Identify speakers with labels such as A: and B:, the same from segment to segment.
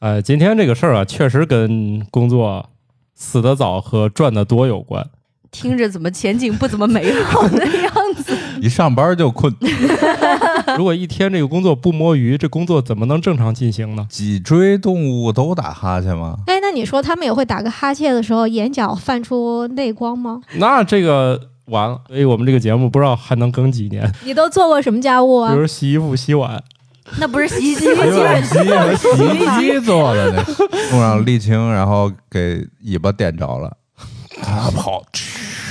A: 呃，今天这个事儿啊，确实跟工作死得早和赚得多有关。
B: 听着怎么前景不怎么美好的样子？
C: 一上班就困，
A: 如果一天这个工作不摸鱼，这工作怎么能正常进行呢？
C: 脊椎动物都打哈 欠吗？
D: 哎，那你说他们也会打个哈欠的时候，眼角泛出泪光吗？
A: 那这个完了，所以我们这个节目不知道还能更几年。
D: 你都做过什么家务
A: 比
D: 啊？
A: 如洗衣服、洗碗，
B: 那 不是洗衣机，
C: 洗碗机和洗衣机做的那，弄上沥青，然后给尾巴点着了，啊，跑，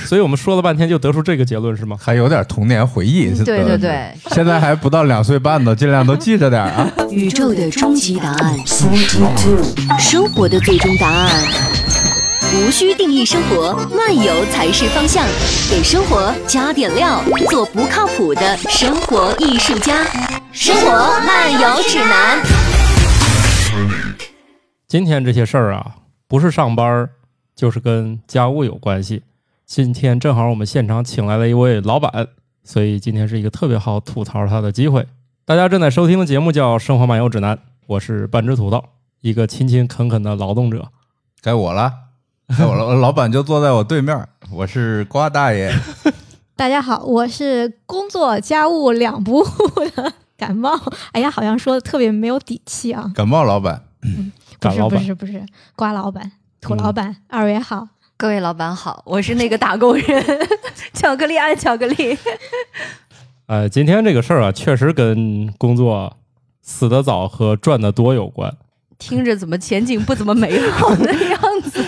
A: 所以我们说了半天就得出这个结论是吗？
C: 还有点童年回忆。
B: 嗯对对对，
C: 现在还不到两岁半 呢，尽量都记着点啊。
E: 宇宙的终极答案，生活的最终答案。无需定义生活，漫游才是方向。给生活加点料，做不靠谱的生活艺术家。生活漫游指南。
A: 今天这些事儿啊，不是上班儿，就是跟家务有关系。今天正好我们现场请来了一位老板，所以今天是一个特别好吐槽他的机会。大家正在收听的节目叫《生活漫游指南》，我是半只土豆，一个勤勤恳恳的劳动者。
C: 该我了，该我了， 老板就坐在我对面，我是瓜大 爷。
D: 大家好，我是工作家务两不误的 感冒。哎呀，好像说的特别没有底气啊！
C: 感冒老板，
D: 不
A: 感
D: 是
A: 老
D: 不
A: 板嗯
D: 是不是，瓜老板、土老板，二位好。
B: 各位老板好，我是那个打工人， 巧克力爱巧克力。
A: 呃，今天这个事儿啊，确实跟工作死得早和赚得多有关。
B: 听着怎么前景不怎么美好的样子？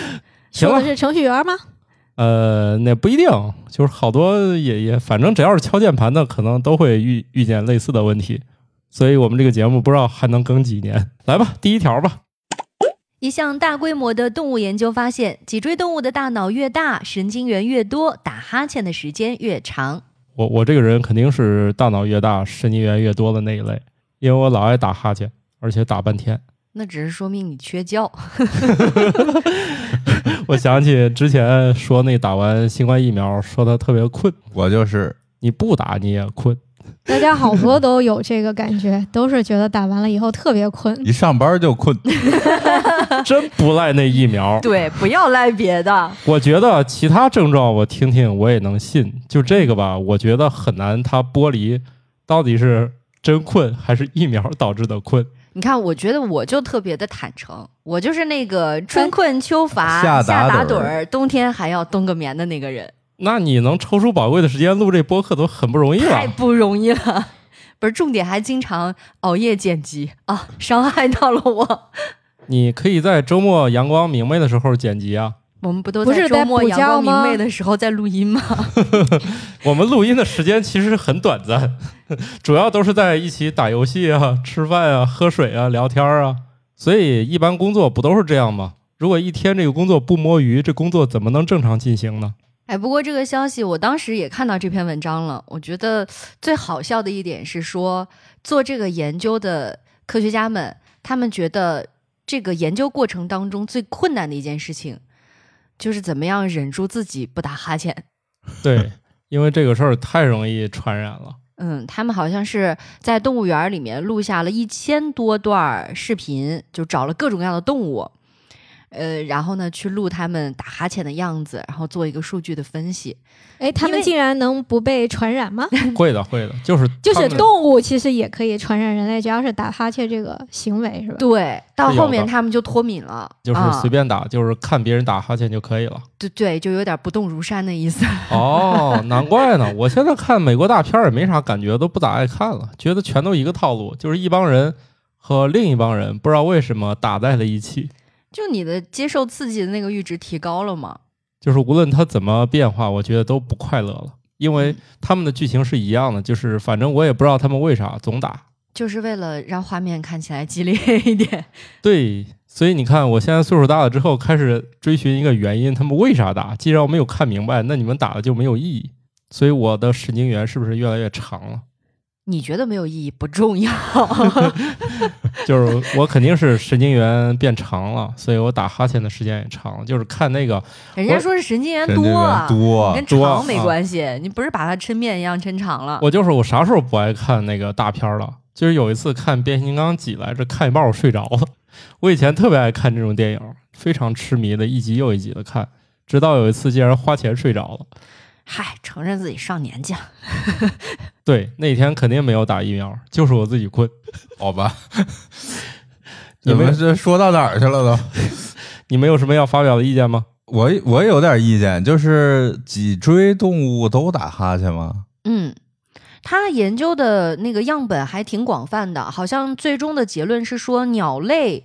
A: 行
D: 说的
A: 了，
D: 是程序员吗？
A: 呃，那不一定，就是好多也也，反正只要是敲键盘的，可能都会遇遇见类似的问题。所以我们这个节目不知道还能更几年。来吧，第一条吧。
B: 一项大规模的动物研究发现，脊椎动物的大脑越大，神经元越多，打哈欠的时间越长。
A: 我我这个人肯定是大脑越大，神经元越多的那一类，因为我老爱打哈欠，而且打半天。
B: 那只是说明你缺觉。
A: 我想起之前说那打完新冠疫苗，说他特别困，
C: 我就是
A: 你不打你也困。
D: 大家好多都有这个感觉，都是觉得打完了以后特别困。
C: 一上班就困，
A: 真不赖那疫苗。
B: 对，不要赖别的。
A: 我觉得其他症状我听听我也能信，就这个吧，我觉得很难它剥离到底是真困还是疫苗导致的困。
B: 你看，我觉得我就特别的坦诚，我就是那个春困秋乏、
C: 夏打盹儿
B: 打盹儿，冬天还要冬个眠的那个人，
A: 那你能抽出宝贵的时间录这播客都很不容易
C: 哎
B: 太
A: 了。
B: 不容易了。 不是，重点还经常熬夜剪辑啊，伤害到了我。
A: 你可以在周末阳光明媚的时候剪辑啊。
B: 我们不都
D: 不是
B: 在周末
D: 在补
B: 阳
D: 觉
B: 光明
D: 吗
B: 媚的时候在录音吗？
A: 我们录音的时间其实很短暂， 主要都是在一起打游戏啊、吃饭啊、喝水啊、聊天啊。所以一般工作不都是这样吗？如果一天这个工作不摸鱼，这工作怎么能正常进行呢？
B: 哎，不过这个消息我当时也看到这篇文章了。我觉得最好笑的一点是说，做这个研究的科学家们，他们觉得这个研究过程当中最困难的一件事情，就是怎么样忍住自己不打哈欠。
A: 对，因为这个事儿太容易传染 了。
B: 嗯，他们好像是在动物园儿里面录下了一千多段儿视频，就找了各种各样的动物，呃，然后呢去录他们打哈欠的样子，然后做一个数据的分析。
D: 哎，他
B: 因
D: 们
B: 为
D: 竟然能不被传 染吗？
A: 会的，会的，就是
D: 就是
A: 他们
D: 动物其实也可以传染人类，只要是打哈欠这个行为是吧？
B: 对，到
A: 是有
B: 后面
A: 的
B: 他们就脱敏了，
A: 就是
B: 啊
A: 随便打，就是看别人打哈欠就可以 了。
B: 对对，就有点不动如山的意思。
A: 哦，难怪呢！我现在看美国大片儿也没啥感觉，都不咋爱看了，觉得全都一个套路，就是一帮人和另一帮人不知道为什么打在了一起。
B: 就你的接受刺激的那个阈值提高了嘛？
A: 就是无论他怎么变化，我觉得都不快乐了，因
D: 嗯
A: 为他们的剧情是一样的，就是反正我也不知道他们为啥总打。
B: 就是为了让画面看起来激烈一点。
A: 对，所以你看，我现在岁数大了之后，开始追寻一个原因，他们为啥打？既然我没有看明白，那你们打的就没有意义。所以我的神经元是不是越来越长了？
B: 你觉得没有意义不重要，
A: 就是我肯定是神经元变长了，所以我打哈欠的时间也长了。就是看那个，
B: 人家说是神经元
C: 人
B: 多
C: 家
B: 啊，
C: 多
B: 跟
A: 多
B: 长没
A: 啊
B: 关系，你不是把它抻面一样抻长了。
A: 我就是我啥时候不爱看那个大片儿了？就是有一次看《变形金刚几》来着，看一半我睡着了。我以前特别爱看这种电影，非常痴迷的，一集又一集的看，直到有一次竟然花钱睡着了。
B: 嗨，承认自己上年纪了。
A: 对，那天肯定没有打疫苗，就是我自己困。
C: 好吧？
A: 你
C: 你
A: 们
C: 们这说到哪儿去了都？
A: 你们有什么要发表的意见吗？
C: 我我有点意见，就是脊椎动物都打哈欠吗？
B: 嗯，他研究的那个样本还挺广泛的，好像最终的结论是说鸟类。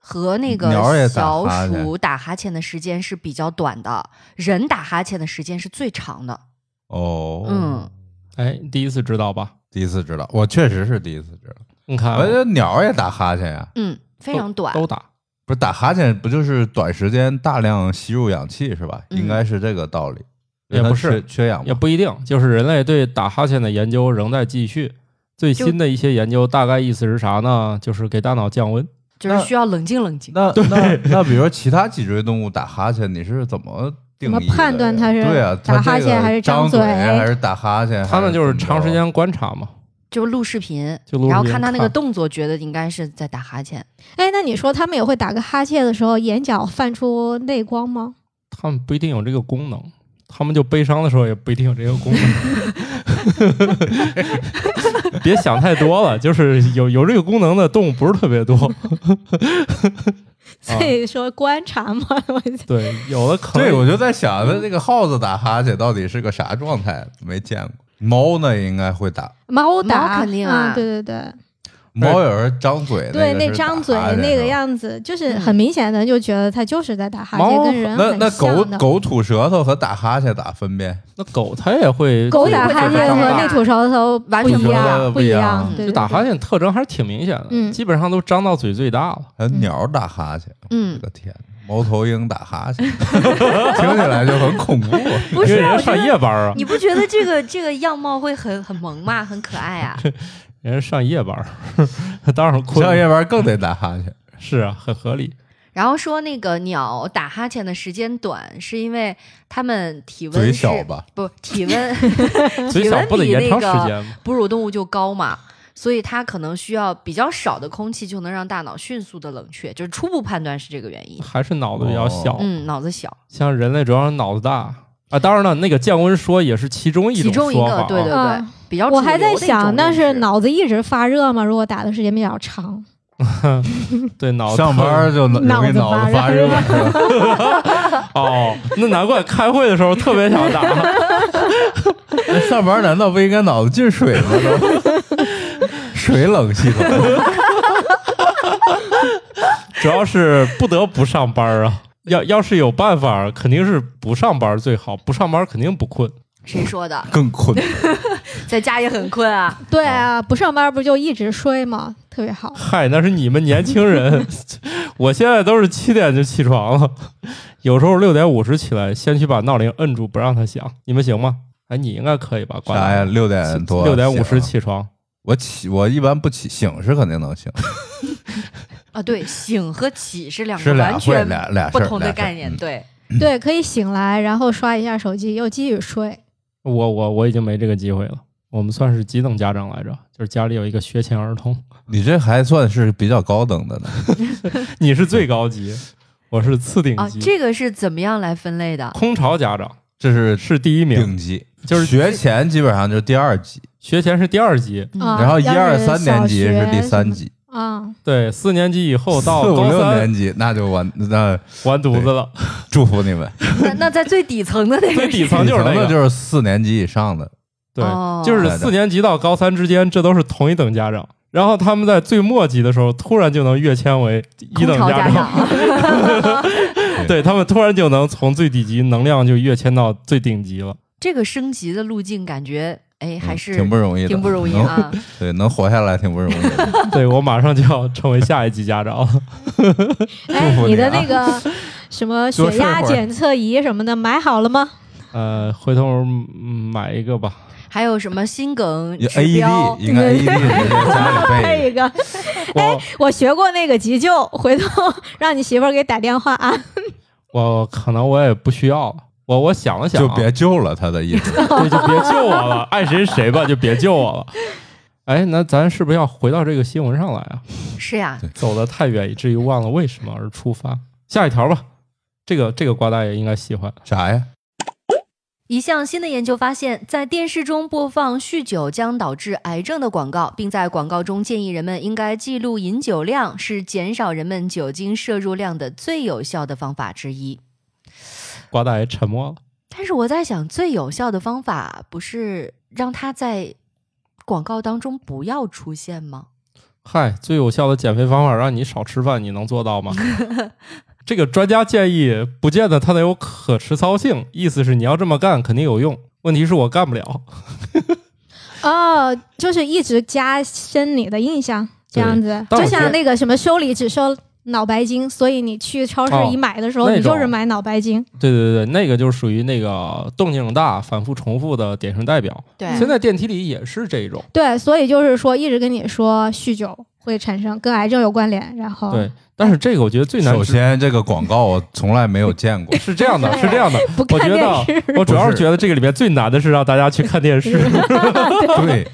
B: 和那个
C: 鸟儿也打
B: 小
C: 哈欠
B: 鼠打哈欠的时间是比较短的，人打哈欠的时间是最长的。
C: 哦，
B: 嗯，
A: 哎，第一次知道吧？
C: 第一次知道，我确实是第一次知道。
A: 你看啊，
C: 我觉得鸟儿也打哈欠呀、
B: 嗯，非常短。
A: 都打。
C: 不是打哈欠，不就是短时间大量吸入氧气是吧？
B: 嗯
C: 应该是这个道理。
A: 也不是
C: 因为它缺缺氧
A: 也
C: 嘛，
A: 不一定，就是人类对打哈欠的研究仍在继续。最
B: 就
A: 新的一些研究大概意思是啥呢？就是给大脑降温。
B: 就是
C: 那
B: 需要冷静冷静。
C: 那 那那，比如说其他脊椎动物打哈欠，你是怎么定义的呀？
D: 怎么判断它是
C: 对啊，
D: 打哈欠
C: 这个
D: 还是张
C: 张啊
D: 嘴
C: 还是哦打哈欠？
A: 他们就是
C: 哎还怎么着啊
A: 长时间观察嘛，
B: 就录视频，
A: 就录视频
B: 然后看他那个
A: 看
B: 动作，觉得应该是在打哈欠。
D: 哎，那你说他们也会打个哈欠的时候，眼角泛出泪光吗？
A: 他们不一定有这个功能，他们就悲伤的时候也不一定有这个功能。 别想太多了，就是有有这个功能的动物不是特别多。
D: 所以说观察嘛， 我就
A: 对，有的可能
C: 对，我就在想，那这个耗子打哈欠到底是个啥状态？没见过。猫呢，应该会打。
D: 猫打
B: 猫肯定啊
D: 嗯对对对
C: 猫有时候张嘴，
D: 对，
C: 那
D: 那张嘴那
C: 那
D: 个。样子，就是
B: 嗯
D: 很明显的就觉得它就是在打哈欠，
A: 猫
D: 跟人
C: 那
D: 很
C: 那狗
D: 像的。
C: 狗吐舌头和打哈欠打分辨，
A: 那狗它也会
D: 狗打哈欠和
B: 对
D: 那吐舌头
B: 完
D: 不
B: 全
D: 一
B: 不一
D: 样，
C: 样
D: 一
C: 不一样
D: 对
A: 就嗯
D: 对
A: 打哈
D: 对
A: 欠特征还是挺明显的，
D: 嗯
A: 基本上都张到嘴最大了。
C: 还有鸟打哈欠，我
B: 嗯，
C: 的天，猫头鹰打哈欠，听起来就很恐怖。
B: 不
A: 因
B: 是
A: 为人
B: 啊，
A: 家
B: 我觉
A: 上
B: 得
A: 夜班啊，
B: 你不觉得这个这个样貌会很很萌吗？很可 爱啊。
A: 人家上夜班儿， 当然困了
C: 上夜班更得打哈欠，
A: 是啊，很合理。
B: 然后说那个鸟打哈欠的时间短，是因为它们体温
C: 嘴
B: 是
C: 小吧？
B: 不体温
A: 所以
B: 体
A: 小
B: 温
A: 不得
B: 嗯比
A: 延
B: 那
A: 长时
B: 个
A: 间吗？
B: 哺乳动物就高嘛，所以它可能需要比较少的空气就能让大脑迅速的冷却，就是初步判断是这个原因。
A: 还是脑子比较
C: 哦
A: 小，
B: 嗯，脑子小，
A: 像人类主要是脑子大啊。当然了，那个降温说也是其中一
B: 其
A: 种
B: 中一
A: 说法、
B: 个
A: 啊，
B: 对对对
D: 嗯，
B: 比较
D: 我还在
B: 主流的一种
D: 想，那
B: 认
D: 是
B: 知
D: 脑子一直发热吗？如果打的时间比较长，
A: 对脑子
C: 上班儿就容易
D: 脑
C: 脑
D: 子
C: 子
D: 发
C: 发
D: 热
C: 热。
A: 哦，那难怪开会的时候特别想 打。
C: 那上班难道不应该脑子进水吗？都水冷系统，
A: 主要是不得不上班啊。要要是有办法，肯定是不上班最好。不上班肯定不困。
B: 谁说的？
C: 更困。
B: 在家也很困啊。
D: 对啊，不上班不就一直睡吗？特 别好。
A: 嗨，那是你们年轻人，我现在都是七点就起床了，有时候六点五十起来，先去把闹铃摁住，不让它响。你们行吗？哎，你应该可以吧？瓜子
C: 啥呀？六点多，
A: 六点五十
C: 醒啊
A: 起床，
C: 我起，我一般不起，醒是肯定能醒，
B: 啊，对，醒和起是两
C: 是
B: 个
C: 俩
B: 完
C: 会
B: 全
C: 俩俩
B: 不
C: 事儿
B: 同的
C: 俩事儿
B: 概念。
C: 嗯
B: 对，
D: 对，可以醒来，然后刷一下手机，又继续睡。
A: 我我我已经没这个机会了。我们算是几等家长来着？就是家里有一个学前儿童，
C: 你这还算是比较高等的呢。
A: 你是最高级，我是次
C: 嗯
A: 顶
B: 啊，
A: 级。
B: 这个是怎么样来分类的？
A: 空巢家长
C: 这是
A: 是第一名，
C: 顶级，
A: 就是
C: 学前基本上就是第二级，
A: 学前是第二级，
B: 嗯
D: 啊
C: 然后一
D: 要是
C: 二三年级
D: 小
C: 是
D: 学
C: 第
D: 什
C: 三
D: 么
C: 级，
D: 啊，
A: 对，四年级以后哦到
C: 四五
A: 高
C: 六
A: 三
C: 年级那就完，那
A: 完犊子了。
C: 祝福你们。
B: 那那在最底层的那
A: 最
B: 个
A: 底
B: 是，
A: 层就是
C: 底层
A: 那个，
C: 的就是四年级以上的，
A: 对
B: 哦，
A: 就是四年级到高三之间，这都是同一等家长。然后他们在最末级的时候，突然就能跃迁为一
B: 空
A: 等
B: 巢
A: 家
B: 家
A: 长，
B: 长，
A: 对他们突然就能从最底级能量就跃迁到最顶级了。
B: 这个升级的路径感觉，哎，还
C: 嗯
B: 是
C: 挺不容易的，嗯
B: 挺不容易
C: 能。
B: 啊。
C: 对，能活下来挺不容易 的。
A: 对我马上就要成为下一级家长了。
C: 祝，
D: 哎
C: 福
D: 你
C: 你
D: 的
C: 啊
D: 那个什么
C: 多
D: 血
C: 睡
D: 压
C: 会儿
D: 检测仪什么的买好了吗？
A: 呃，回头嗯买一个吧。
B: 还有什么心梗
C: 有 E
B: 指标
C: AED 应该 AED 在家里备
D: 配一个，哎
A: 我
D: 我学过那个急救，回头让你媳妇儿给打电话啊。
A: 我可能我也不需要了。我我想了想啊，
C: 就别救了他的意思。
A: 对，就别救我了，爱谁谁吧，就别救我了。 哎，那咱是不是要回到这个新闻上来啊？
B: 是呀，
A: 走得太远，以至于忘了为什么而出发。下一条吧，这个这个瓜大爷应该喜欢。
C: 啥呀？
B: 一项新的研究发现，在电视中播放酗酒将导致癌症的广告，并在广告中建议人们应该记录饮酒量，是减少人们酒精摄入量的最有效的方法之一。
A: 瓜大爷沉默了。
B: 但是我在想，最有效的方法不是让它在广告当中不要出现吗？
A: 嗨，最有效的减肥方法让你少吃饭，你能做到吗？这个专家建议，不见得它得有可持操性，意思是你要这么干肯定有用。问题是我干不了，
D: 哦，就是一直加深你的印象，这样子，
A: 但我
D: 就
A: 觉得
D: 像那个什么修理只收脑白金，所以你去超市
A: 哦
D: 一买的时候，
A: 那
D: 你就
A: 种
D: 是买脑白金。
A: 对对对，那个就是属于那个动静大、反复重复的典型代表。
B: 对
A: 现在电梯里也是这种，
D: 对，所以就是说，一直跟你说酗酒会产生跟癌症有关联，然后
A: 对。但是这个我觉得最难
C: 首
A: 治。
C: 先，这个广告我从来没有见过
A: 是这样的，是这样的。
D: 不
A: 我觉
D: 看电视，
A: 得，我主要是觉得这个里面最难的是让大家去看电视。
C: 对，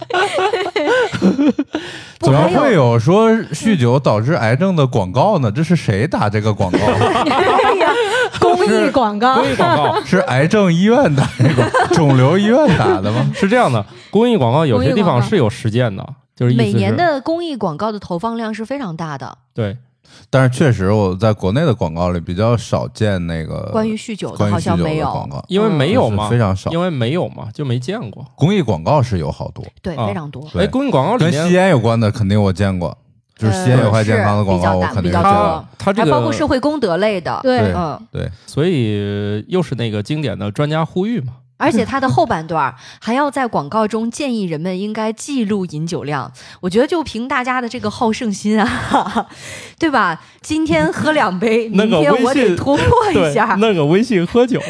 C: 怎么会有说酗酒导致癌症的广告呢？这是谁打这个广告？
D: 公益广告
A: 公益广告
C: 是癌症医院打这个，肿瘤医院打的吗？
A: 是这样的，公益广告有
D: 公益
A: 些地
D: 广
A: 方
D: 告
A: 是有实践的，就是意思
B: 每
A: 是
B: 年的公益广告的投放量是非常大的，
A: 对
C: 但是确实，我在国内的广告里比较少见那个
B: 关于酗酒
C: 呃关
B: 的
C: 于
B: 好像
C: 酗酒
B: 没
C: 的
B: 有
C: 广，告，
A: 因为 没有
C: 嗯就是
A: 嘛
C: 非常少。
A: 因为没有嘛，就没见过。
C: 公益广告是有好多，
B: 对，
A: 啊
B: 非常多。
C: 对
A: 哎，公益广告里
C: 跟吸
A: 面，
C: 烟有关的肯定我见过，就是吸烟有害健康的广告，
B: 呃
C: 我
B: 是
C: 肯定
B: 比较
C: 见
B: 大
C: 过。
A: 它它这
B: 还
A: 个
B: 包括社会公德类的，
C: 对
D: 对，
B: 嗯，
C: 对，
A: 所以又是那个经典的专家呼吁嘛。
B: 而且它的后半段儿还要在广告中建议人们应该记录饮酒量。我觉得就凭大家的这个好胜心啊， 对吧？今天喝两杯，
A: 那
B: 明
A: 个
B: 天
A: 微
B: 我得
A: 信
B: 突破一下。
A: 弄个微信喝酒，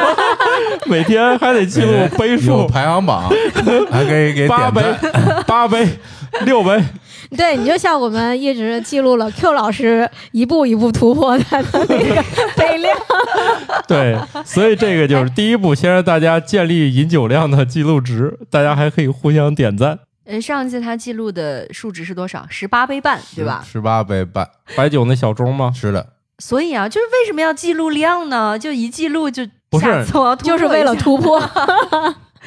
A: 每天还得记录杯
C: 有
A: 数，
C: 排 行榜，还可以给
A: 八
C: 点
A: 杯
C: 赞。、
A: 八杯、六杯。
D: 对你就像我们一直记录了 Q 老师一步一步突破他的那个 杯量，
A: 对，所以这个就是第一步，先让大家建立饮酒量的记录值，大家还可以互相点赞。
B: 呃，上一次他记录的数值是多少？十八杯半，对
A: 嗯
B: 吧？
C: 十八杯半，
A: 白酒那小盅吗？
C: 是的，
B: 所以啊，就是为什么要记录量呢？就一记录就
A: 不是
B: 下次我要突破
D: 就
B: 一下
D: 是为了突破。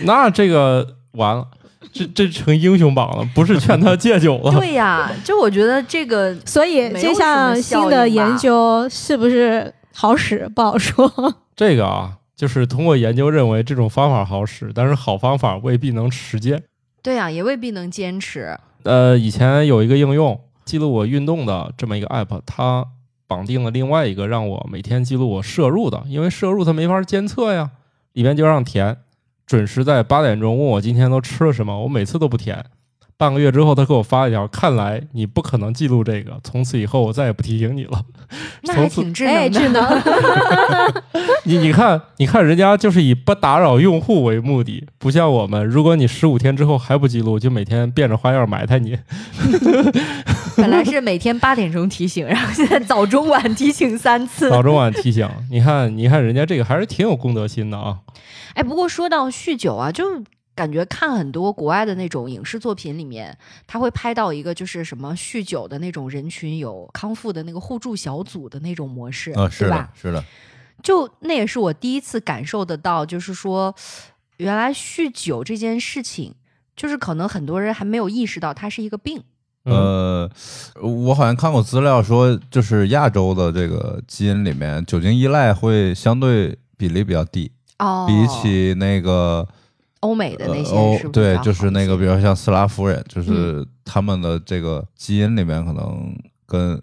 A: 那这个完了，这这成英雄榜了，不是劝他戒酒了。
B: 对呀、就我觉得这个
D: 所以
B: 没有
D: 这
B: 什
D: 项
B: 么效
D: 新的
B: 应吧
D: 研究是不是好使不好说。
A: 这个啊，就是通过研究认为这种方法好使，但是好方法未必能实践。
B: 对呀、也未必能坚持。
A: 呃，以前有一个应用记录我运动的这么一个 app，它绑定了另外一个让我每天记录我摄入的，因为摄入它没法监测呀，里面就让填，准时在八点钟问我今天都吃了什么，我每次都不填。半个月之后，他给我发一条，看来你不可能记录这个，从此以后我再也不提醒你了。
B: 那还
A: 从此
B: 挺智
D: 哎，
B: 能的，
D: 智能，
A: 你你看，你看人家就是以不打扰用户为目的，不像我们，如果你十五天之后还不记录，就每天变着花样埋汰你。
B: 本来是每天八点钟提醒， 然后现在早中晚提醒三 次。
A: 早中晚啊提醒。你看，你看人家这个还是挺有公德心的啊。
B: 哎，不过说到酗酒啊，就感觉看很多国外的那种影视作品里面，他会拍到一个就是什么酗酒的那种人群有康复的那个互助小组的那种模式，
C: 嗯，是
B: 对
C: 的
B: 吧，？
C: 是的，
B: 就那也是我第一次感受得到，就是说，呃原来酗酒这件事情，就是可能很多人还没有意识到它是一个病。
A: 嗯，
C: 呃，我好像看过资料说，就是亚洲的这个基因里面，酒精依赖会相对比例比较低，
B: 哦，
C: 比起那个
B: 欧美的那些
C: 呃欧
B: 是不是要
C: 对，
B: 好
C: 就是
B: 一
C: 那个，
B: 些
C: 比如像斯拉夫人，就是
B: 嗯
C: 他们的这个基因里面可能跟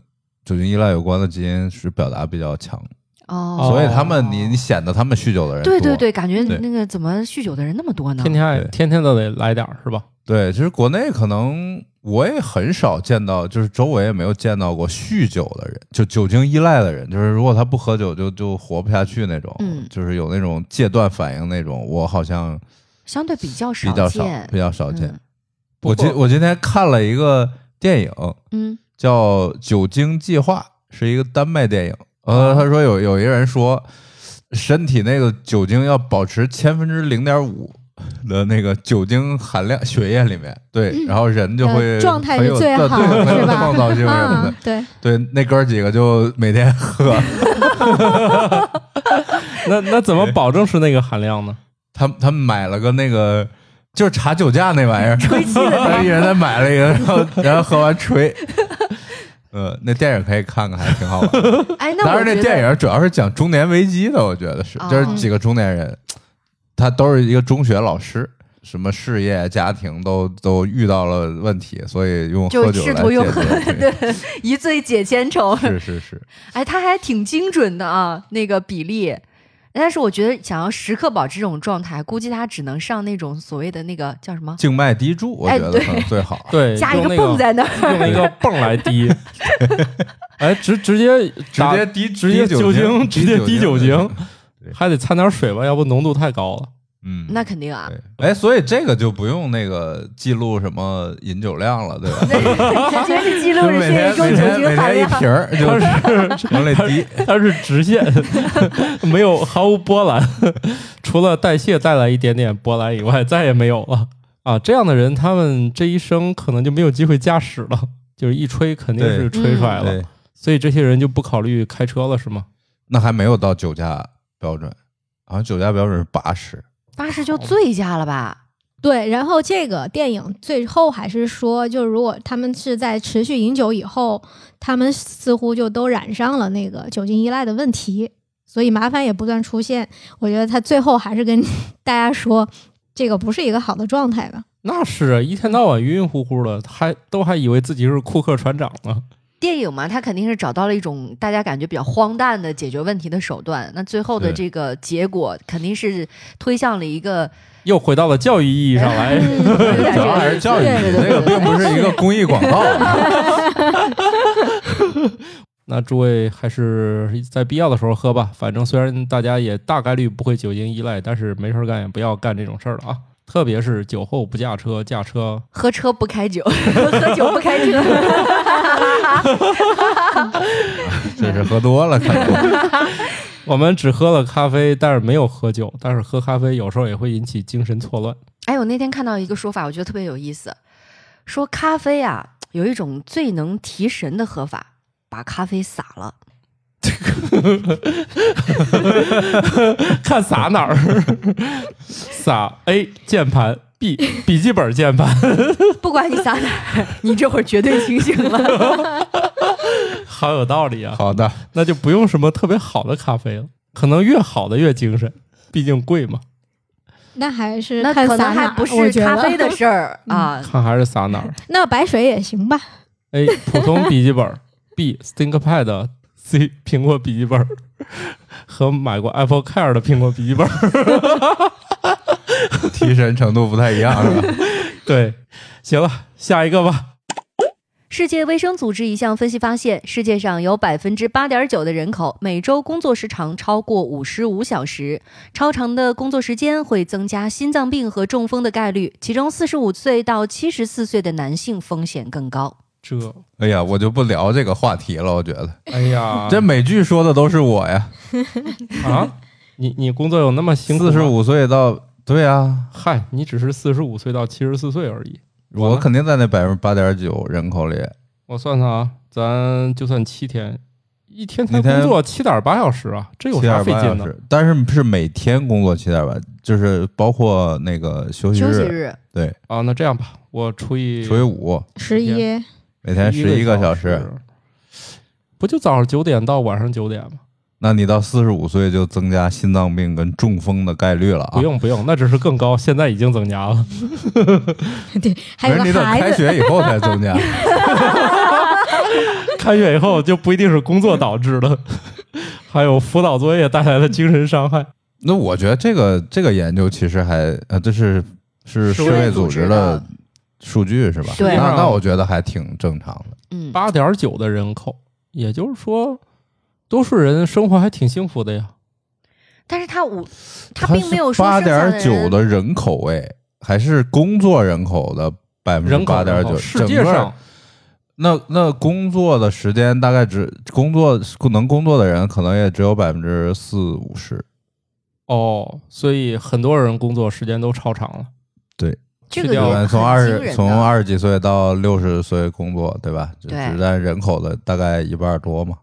C: 酒精依赖有关的基因是表达比较强，
B: 哦，
C: 所以他们你你显得他们酗酒的人
B: 对
C: 多
B: 对对，感觉
C: 对
B: 那个怎么酗酒的人那么多呢？
A: 天天爱
C: 对
A: 天天都得来点儿，是吧？
C: 对，其实国内可能我也很少见到，就是周围也没有见到过酗酒的人，就酒精依赖的人，就是如果他不喝酒就就活不下去那种，
B: 嗯
C: 就是有那种戒断反应那种，我好像
B: 相对比较
C: 比较少
B: 见，嗯
C: 比较少见。
A: 不
C: 我今
A: 过
C: 我今天看了一个电影，
B: 嗯
C: 叫《酒精计划》，是一个丹麦电影。呃，他说有有一个人说，身体那个酒精要保持千分之零点五，的那个酒精含量血液里面，对，
D: 嗯
C: 然后人就会
D: 呃状态
C: 很
D: 是
C: 有
D: 最
C: 对
D: 好
C: 对
D: 的
C: 很有
D: 是吧
C: 创造性什么
D: 啊
C: 的，，
D: 对，
C: 对，那哥儿几个就每天喝，
A: 那那怎么保证是那个含量呢？
C: 他他们买了个那个。就是查酒驾那玩意儿，他一人再买了一个，然后然后喝完 吹，呃，那电影可以看看，还挺好玩的。
B: 哎，那
C: 当
B: 我
C: 然，
B: 觉
C: 那
B: 得
C: 电影主要是讲中年危机的，我觉得是，
B: 哦
C: 就是几个中年人，他都是一个中学老师，什么事业、家庭都都遇到了问题，所以用
B: 就
C: 喝酒
B: 试
C: 来
B: 图用
C: 解
B: 喝
C: 决。对
B: 对 一醉解千愁。
C: 是是是，
B: 哎，他还挺精准的啊，那个比例。但是我觉得想要时刻保持这种状态，估计他只能上那种所谓的那个叫什么，
C: 静脉滴注，我
B: 哎
C: 觉得
B: 对
C: 可能最好。
A: 对，
B: 加一
A: 呃用那
B: 个泵在那儿。
A: 用一个泵来滴。哎，直直接
C: 直
A: 打
C: 接滴，
A: 直接
C: 滴
A: 酒精，直接滴酒精，
C: 对，
A: 还得掺点水吧，要不浓度太高了。
C: 嗯，
B: 那肯定 啊，
C: 对。哎，所以这个就不用那个记录什么饮酒量了，对吧？
B: 直接是记
C: 就
B: 录
C: 每
B: 人血
C: 天每
B: 中酒
C: 天每
B: 精含
C: 天一
B: 量。
C: 瓶儿，就
A: 它
C: 是
A: 是
C: 往里滴。
A: 它是直 线，没有毫无波澜， 除了代谢带来一点点波澜以外，再也没有了啊！这样的人，他们这一生可能就没有机会驾驶了，就是一吹肯定是吹出来了。
C: 对，
A: 所以这些人就不考虑开车了，是吗？
C: 那还没有到酒驾标准，好像酒驾标准是八十。
B: 八十就醉驾了吧？
D: 对，然后这个电影最后还是说，就是如果他们是在持续饮酒以后，他们似乎就都染上了那个酒精依赖的问题，所以麻烦也不断出现。我觉得他最后还是跟大家说，这个不是一个好的状态吧？
A: 那是啊，一天到晚晕晕乎乎的，还都还以为自己是库克船长呢。
B: 电影嘛，他肯定是找到了一种大家感觉比较荒诞的解决问题的手段。那最后的
C: 对
B: 这个结果肯定是推向了一个
A: 又回到了教育意义上来，
B: 有点
C: 主要
B: 这
C: 还是
B: 个
C: 教育，
B: 对对
C: 这
B: 对
C: 个并不是一个公益 广告。
A: 那诸位还是在必要的时候喝吧，反正虽然大家也大概率不会酒精依赖，但是没事儿干也不要干这种事儿了啊！特别是酒后不驾车，驾车
B: 喝车不开酒，喝酒不开车。
C: 这是喝多了，看多。
A: 我们只喝了咖啡，但是没有喝酒，但是喝咖啡有时候也会引起精神错乱。
B: 哎，我那天看到一个说法，我觉得特别有意思，说咖啡啊有一种最能提神的喝法，把咖啡洒了。
A: 看撒哪儿？ 撒 A 键盘，B 笔记本键盘。
B: 不管你撒哪儿，你这会儿绝对清醒了。
A: 好有道理啊！
C: 好的，
A: 那就不用什么特别好的咖啡了，可能越好的越精神，毕竟贵嘛。
D: 那还是
B: 那
D: 看
B: 可
D: 洒
B: 能还
D: 哪
B: 不
D: 儿我
B: 是
D: 觉
B: 咖
D: 得
B: 啡的事儿啊。
A: 看还是撒哪 儿。
D: 那白水也行吧？
A: A 普通笔记本儿 ，B ThinkPad，C 苹果笔记本儿和买过 Apple Care 的苹果笔记本儿。
C: 提神程度不太一样，是吧？
A: 对，行了，下一个吧。
B: 世界卫生组织一项分析发现，世界上有百分之八点九的人口每周工作时长超过五十五小时，超长的工作时间会增加心脏病和中风的概率，其中四十五岁到七十四岁的男性风险更高。
A: 这，
C: 哎呀，我就不聊这个话题了。我觉得
A: 哎 呀，
C: 这美剧说的都是我呀，
A: 啊，你你工作有那么辛苦吗？啊
C: 四十，五岁到对啊，
A: 嗨，你只是四十五岁到七十四岁而已。
C: 我肯定在那百分之八点九人口里。
A: 我算算啊，咱就算七天，一天才
C: 一天
A: 工作七点八小时啊，这有
C: 七
A: 啥
C: 点
A: 费
C: 八
A: 劲
C: 小
A: 的？
C: 时，但是是每天工作七点八，就是包括那个休息
B: 休息
C: 日，
B: 日，
C: 对，
A: 啊，那这样吧，我除以
C: 除以五，
D: 十
A: 一
D: 一，
C: 每天十一
A: 个
C: 个小时。
A: 时，啊不就早上九点到晚上九点吗？
C: 那你到四十五岁就增加心脏病跟中风的概率了啊！
A: 不，用不用，那只是更高，现在已经增加了。
D: 对，还有
C: 你
D: 个
C: 等
D: 孩
C: 开
D: 子，
C: 学以后才 增加。
A: 开学以后就不一定是工作导致的， 还有辅导作业带来的精神伤害。
C: 那我觉得这个这个研究其实还呃，这是是世
A: 世
C: 卫
B: 卫
C: 组
B: 组
C: 织
B: 织
C: 的
B: 的
C: 数据是吧？
B: 对
C: 那那我觉得还挺正常的。
B: 嗯，
A: 八点九的人口，也就是说，多数人生活还挺幸福的呀。
B: 但是他五，他并没有说
C: 八
B: 剩下
C: 点九
B: 人
C: 的人口哎，还是工作人口的百分之
A: 人口
C: 八点
A: 人
C: 九，
A: 口世
C: 整
A: 界
C: 个
A: 上
C: 那那工作的时间大概只工作能工作的人可能也只有百分之四五十，
A: 哦，所以很多人工作时间都超长了。
B: 这
A: 去
B: 个
A: 掉
B: 有
A: 我
C: 对，
B: 很
C: 从二
B: 惊人
C: 十
B: 的
C: 从二十几岁到六十岁工作，对吧？就只
B: 对
C: 占人口的大概一半儿多嘛。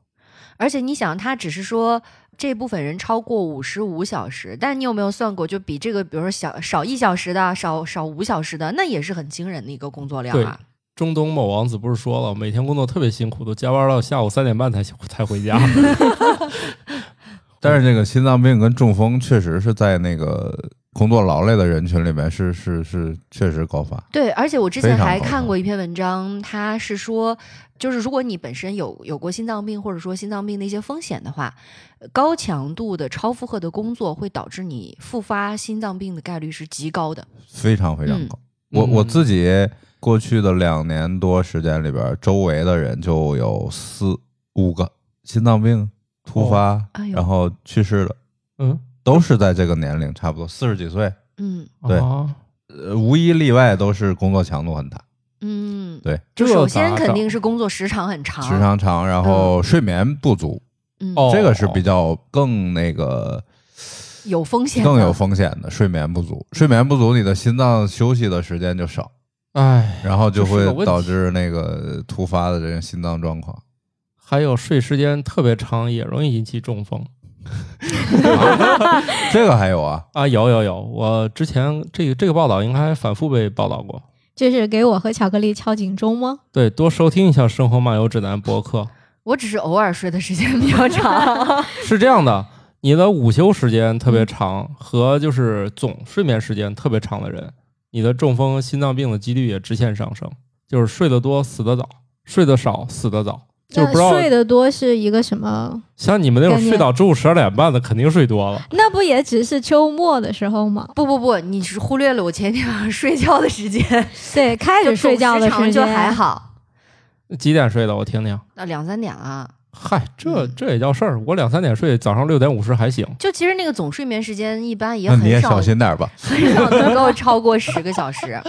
B: 而且你想，他只是说这部分人超过五十五小时，但你有没有算过，就比这个，比如说小少一小时的，少少五小时的，那也是很惊人的一个工作量啊。
A: 中东某王子不是说了，每天工作特别辛苦，都加班到下午三点半才才回 家。
B: 嗯
C: 但是这个心脏病跟中风确实是在那个工作劳累的人群里面是是是确实高发。
B: 对，而且我之
C: 非
B: 前
C: 常
B: 还
C: 高
B: 看
C: 的
B: 过一篇文章，它是说，就是如果你本身有有过心脏病或者说心脏病的一些风险的话，呃高强度的超负荷的工作会导致你复发心脏病的概率是极高的。
C: 非常非常
B: 嗯
C: 高。我我
A: 嗯
C: 自己过去的两年多时间里边，周围的人就有四五个心脏病突发，
B: 哎呦
C: 然后去世的，
A: 嗯，
C: 都是在这个年龄，差不多四十几岁，
B: 嗯
C: 对
A: 啊
C: 呃，无一例外都是工作强度很大，
B: 嗯，
C: 对，
B: 就
A: 这
B: 首
A: 咋
B: 先肯
A: 整
B: 定是工作时长很长，
C: 时长长，然后睡眠不足，
B: 嗯
A: 哦
C: 这个是比较更那个
B: 有风险，
C: 更有。风险的，睡眠不足，睡眠不足，你的心脏休息的时间就少，
A: 哎，
C: 然后就
A: 这是个
C: 会
A: 问
C: 导
A: 题
C: 致那个突发的这个心脏状况。
A: 还有睡时间特别长，也容易引起中风
C: 这个还有啊，
A: 啊！有有有，我之前这个这个报道应该还反复被报道过。
D: 就是给我和巧克力敲警钟吗？
A: 对，多收听一下《生活漫游指南》博客。
B: 我只是偶尔睡的时间比较长，
A: 是这样的，你的午休时间特别长和就是总睡眠时间特别长的人，你的中风、心脏病的几率也直线上升。就是睡得多死得早，睡得少死得早。就不知
D: 那
A: 道
D: 睡得多是一个什么？
A: 像你们那种
D: 概念
A: 睡到中午十二点半的，肯定睡多了。
D: 那不也只是周末的时候吗？
B: 不不不，你是忽略了我前天晚上睡觉的时间，
D: 对，开
B: 就
D: 始睡觉的
B: 总时
D: 间
B: 长就还。好，
A: 几点睡的？我听听。
B: 那两三点啊了。
A: 嗨，这
D: 嗯
A: 这也叫事儿？我两三点睡，早上六点五十还行。
B: 就其实那个总睡眠时间一般也
C: 那你也
B: 很少
C: 小，心点儿吧。
B: 很少能够超过十个小时。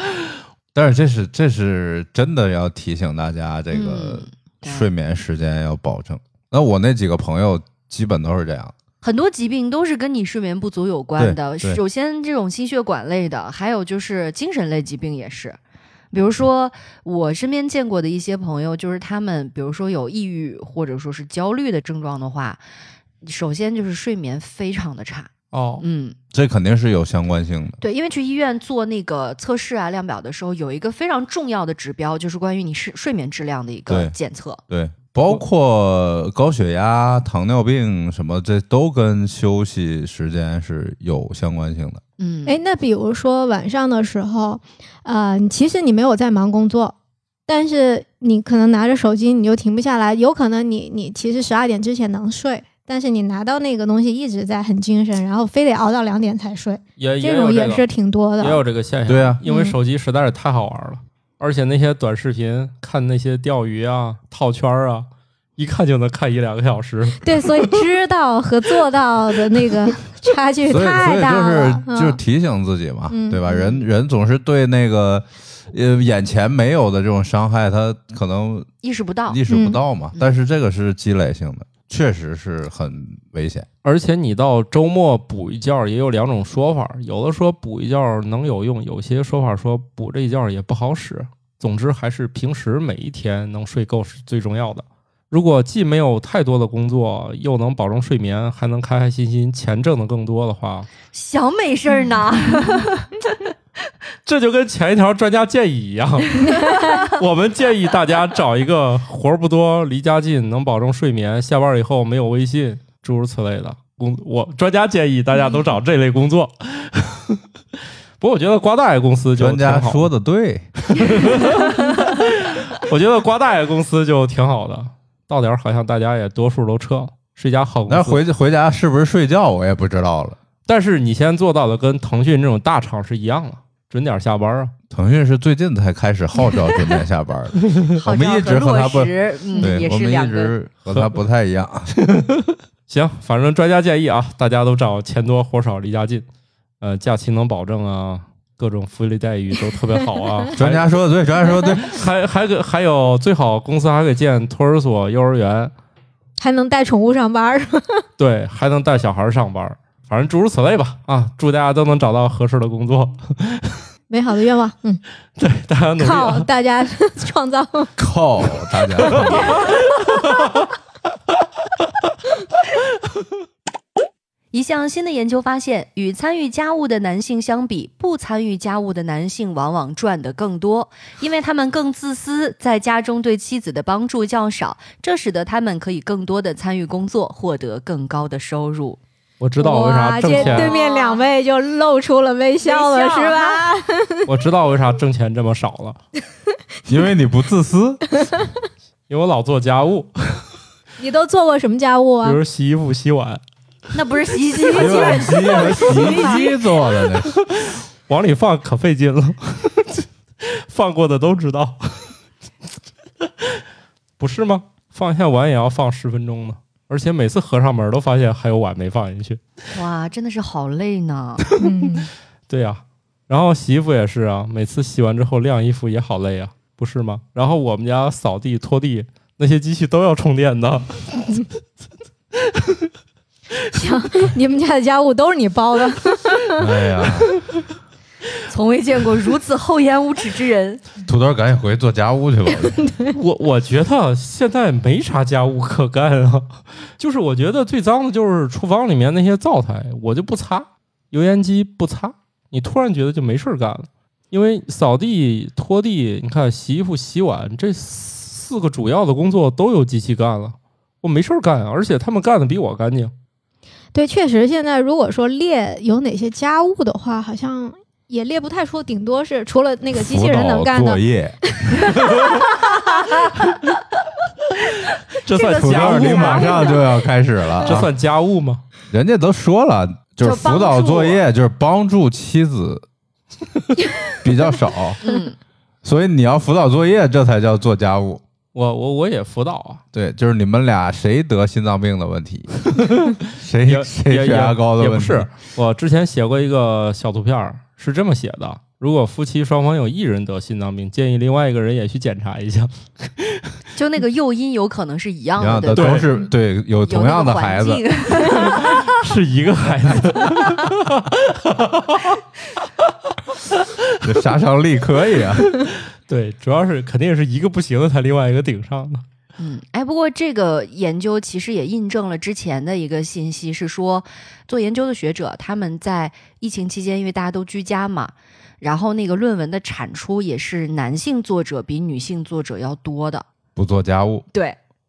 C: 但是这是这是真的要提醒大家， 这个
B: 嗯对
C: 睡眠时间要保证。那我那几个朋友基本都是这样，
B: 很多疾病都是跟你睡眠不足有关的。
C: 对对
B: 首先，这种心血管类的，还有就是精神类疾病也是。比如说，我身边见过的一些朋友，就是他们，比如说有抑郁或者说是焦虑的症状的话，首先就是睡眠非常的差。
A: 哦，
B: 嗯，
C: 这肯定是有相关性的。
B: 对，因为去医院做那个测试啊、量表的时候，有一个非常重要的指标，就是关于你睡睡眠质量的一个
C: 对
B: 检测。
C: 对，包括高血压、糖尿病什么，这都跟休息时间是有相关性的。
B: 嗯，
D: 哎，，那比如说晚上的时候，呃，其实你没有在忙工作，但是你可能拿着手机你就停不下来，有可能你你其实十二点之前能睡。但是你拿到那个东西一直在很精神，然后非得熬到两点才睡，
A: 也也
D: 这
A: 有
D: 种也
A: 个
D: 是挺多的。
A: 也有这个现象。
C: 对啊
A: 因为
D: 嗯
A: 手机实在是太好玩了，而且那些短视频看那些钓鱼啊、套圈儿啊，一看就能看一两个小时。
D: 对，所以知道和做到的那 个差距
C: 所以，所
D: 太
C: 以
D: 大了。
C: 就是就是提醒自己嘛，
D: 嗯
C: 对吧？
D: 嗯
C: 人人总是对那个呃眼前没有的这种伤害，他可能
B: 意识不到。
C: 意识不到嘛。
B: 嗯
C: 但是这个是积累性的，确实是很危险。
A: 而且你到周末补一觉也有两种说法，有的说补一觉能有用，有些说法说补这一觉也不好使。总之还是平时每一天能睡够是最重要的。如果既没有太多的工作，又能保证睡眠，还能开开心心，钱挣的更多的话，
B: 小美事儿呢？
A: 这就跟前一条专家建议一样，我们建议大家找一个活儿不多、离家近、能保证睡眠、下班以后没有微信，诸如此类的工。我专家建议大家都找这类工作。 不过我觉得瓜大爷公司就
C: 专
A: 挺好
C: 家
A: 的
C: 说，的对，
A: 我觉得瓜大爷公司就挺好的。到点儿好像大家也多数都撤了，是一家好公
C: 那
A: 司。
C: 回回家是不是睡觉我也不知道了。
A: 但是你先做到的跟腾讯这种大厂是一样的，准点儿下班啊。
B: 嗯
C: 腾讯是最近才开始号召准点下班 的，
B: 好
C: 我们
B: 照
C: 一
B: 和
C: 直和
B: 落
C: 他不
B: 实嗯，
C: 对
B: 也
C: 我
B: 是
C: 们
B: 两
C: 一
B: 个
C: 直和他不太一样。
A: 行，反正专家建议啊，大家都找钱多活少离家近，呃，假期能保证啊，各种福利待遇都特别好啊
C: 。专家说的对，专家说的对，
A: 还还还给还有最好公司还给建托儿所、幼儿园，
D: 还能带宠物上班儿，
A: 对，还能带小孩上班。反正诸如此类吧。啊，祝大家都能找到合适的工作，
D: 美好的愿望，嗯，
A: 对，大家努力、
D: 靠
A: 啊。
D: 大家 创造
C: 靠大家！
B: 一项新的研究发现，与参与家务的男性相比，不参与家务的男性往往赚得更多，因为他们更自私，在家中对妻子的帮助较少，这使得他们可以更多的参与工作，获得更高的收入。
A: 我知道我为啥
D: 哇
A: 挣
D: 这对
A: 钱，
D: 面两位就露出了微笑了，
B: 微笑
D: 是吧？
A: 我知道我为啥挣钱这么少了，
C: 因为你不自私，
A: 因为我老做家务，
D: 你都做过什么家务
A: 比
D: 啊？
A: 如洗衣服、洗碗，
B: 那不是洗 衣机
C: 洗碗机和洗衣机做的那是。
A: 往里放可费劲了， 放过的都知道， 不是吗？放一下碗也要放十分钟呢，而且每次合上门都发现还有碗没放进去。
B: 哇，真的是好累呢。
D: 嗯，
A: 对呀、然后洗衣服也是啊，每次洗完之后晾衣服也好累啊，不是吗？然后我们家扫地、拖地那些机器都要充电的，
D: 你们家的家务都是你包的，
C: 哎呀，
B: 从未见过如此厚颜无耻之人。
C: 土豆赶紧回去做家务去吧。
A: 我我觉得现在没啥家务可干啊， 就是我觉得最脏的就是厨房里面那些灶台，我就不擦，油烟机不擦，你突然觉得就没事儿干了，因为扫地、拖地，你看洗衣服、洗碗这四个主要的工作都有机器干了，我没事儿干，啊而且他们干的比我干净。
D: 对，确实，现在如果说列有哪些家务的话，好像也列不太出，顶多是除了那个机器人能干
C: 辅导作，
D: 的
C: 业，
A: 这算
C: 土
A: 家
C: 豆
A: 务
C: 你
A: 吗？
C: 马上就要开始了啊，
A: 这算家务吗？
C: 人家都说了，就是辅导作业就是帮助妻子 比较少，
B: 嗯，
C: 所以你要辅导作业，这才叫做家务。
A: 我我我也辅导啊，
C: 对，就是你们俩谁得心脏病的 问题，谁
A: 也
C: 谁
A: 也
C: 血压高的
A: 也
C: 问
A: 不
C: 题，
A: 是。我之前写过一个小图片儿，是这么写的：如果夫妻双方有一人得心脏病，建议另外一个人也去检查一下。
B: 就那个诱因有可能是一样
C: 一样
B: 的，
C: 的
B: 对吧
C: 都是对有
B: 有
C: 同样的孩子
B: 那，个环境
A: 是一个孩子，
C: 这杀伤力可以啊。
A: 对，主要是肯定是一个不行的才另外一个顶上的。
B: 嗯，哎，不过这个研究其实也印证了之前的一个信息，是说做研究的学者他们在疫情期间，因为大家都居家嘛，然后那个论文的产出也是男性作者比女性作者要多的。
C: 不做家务
B: 对，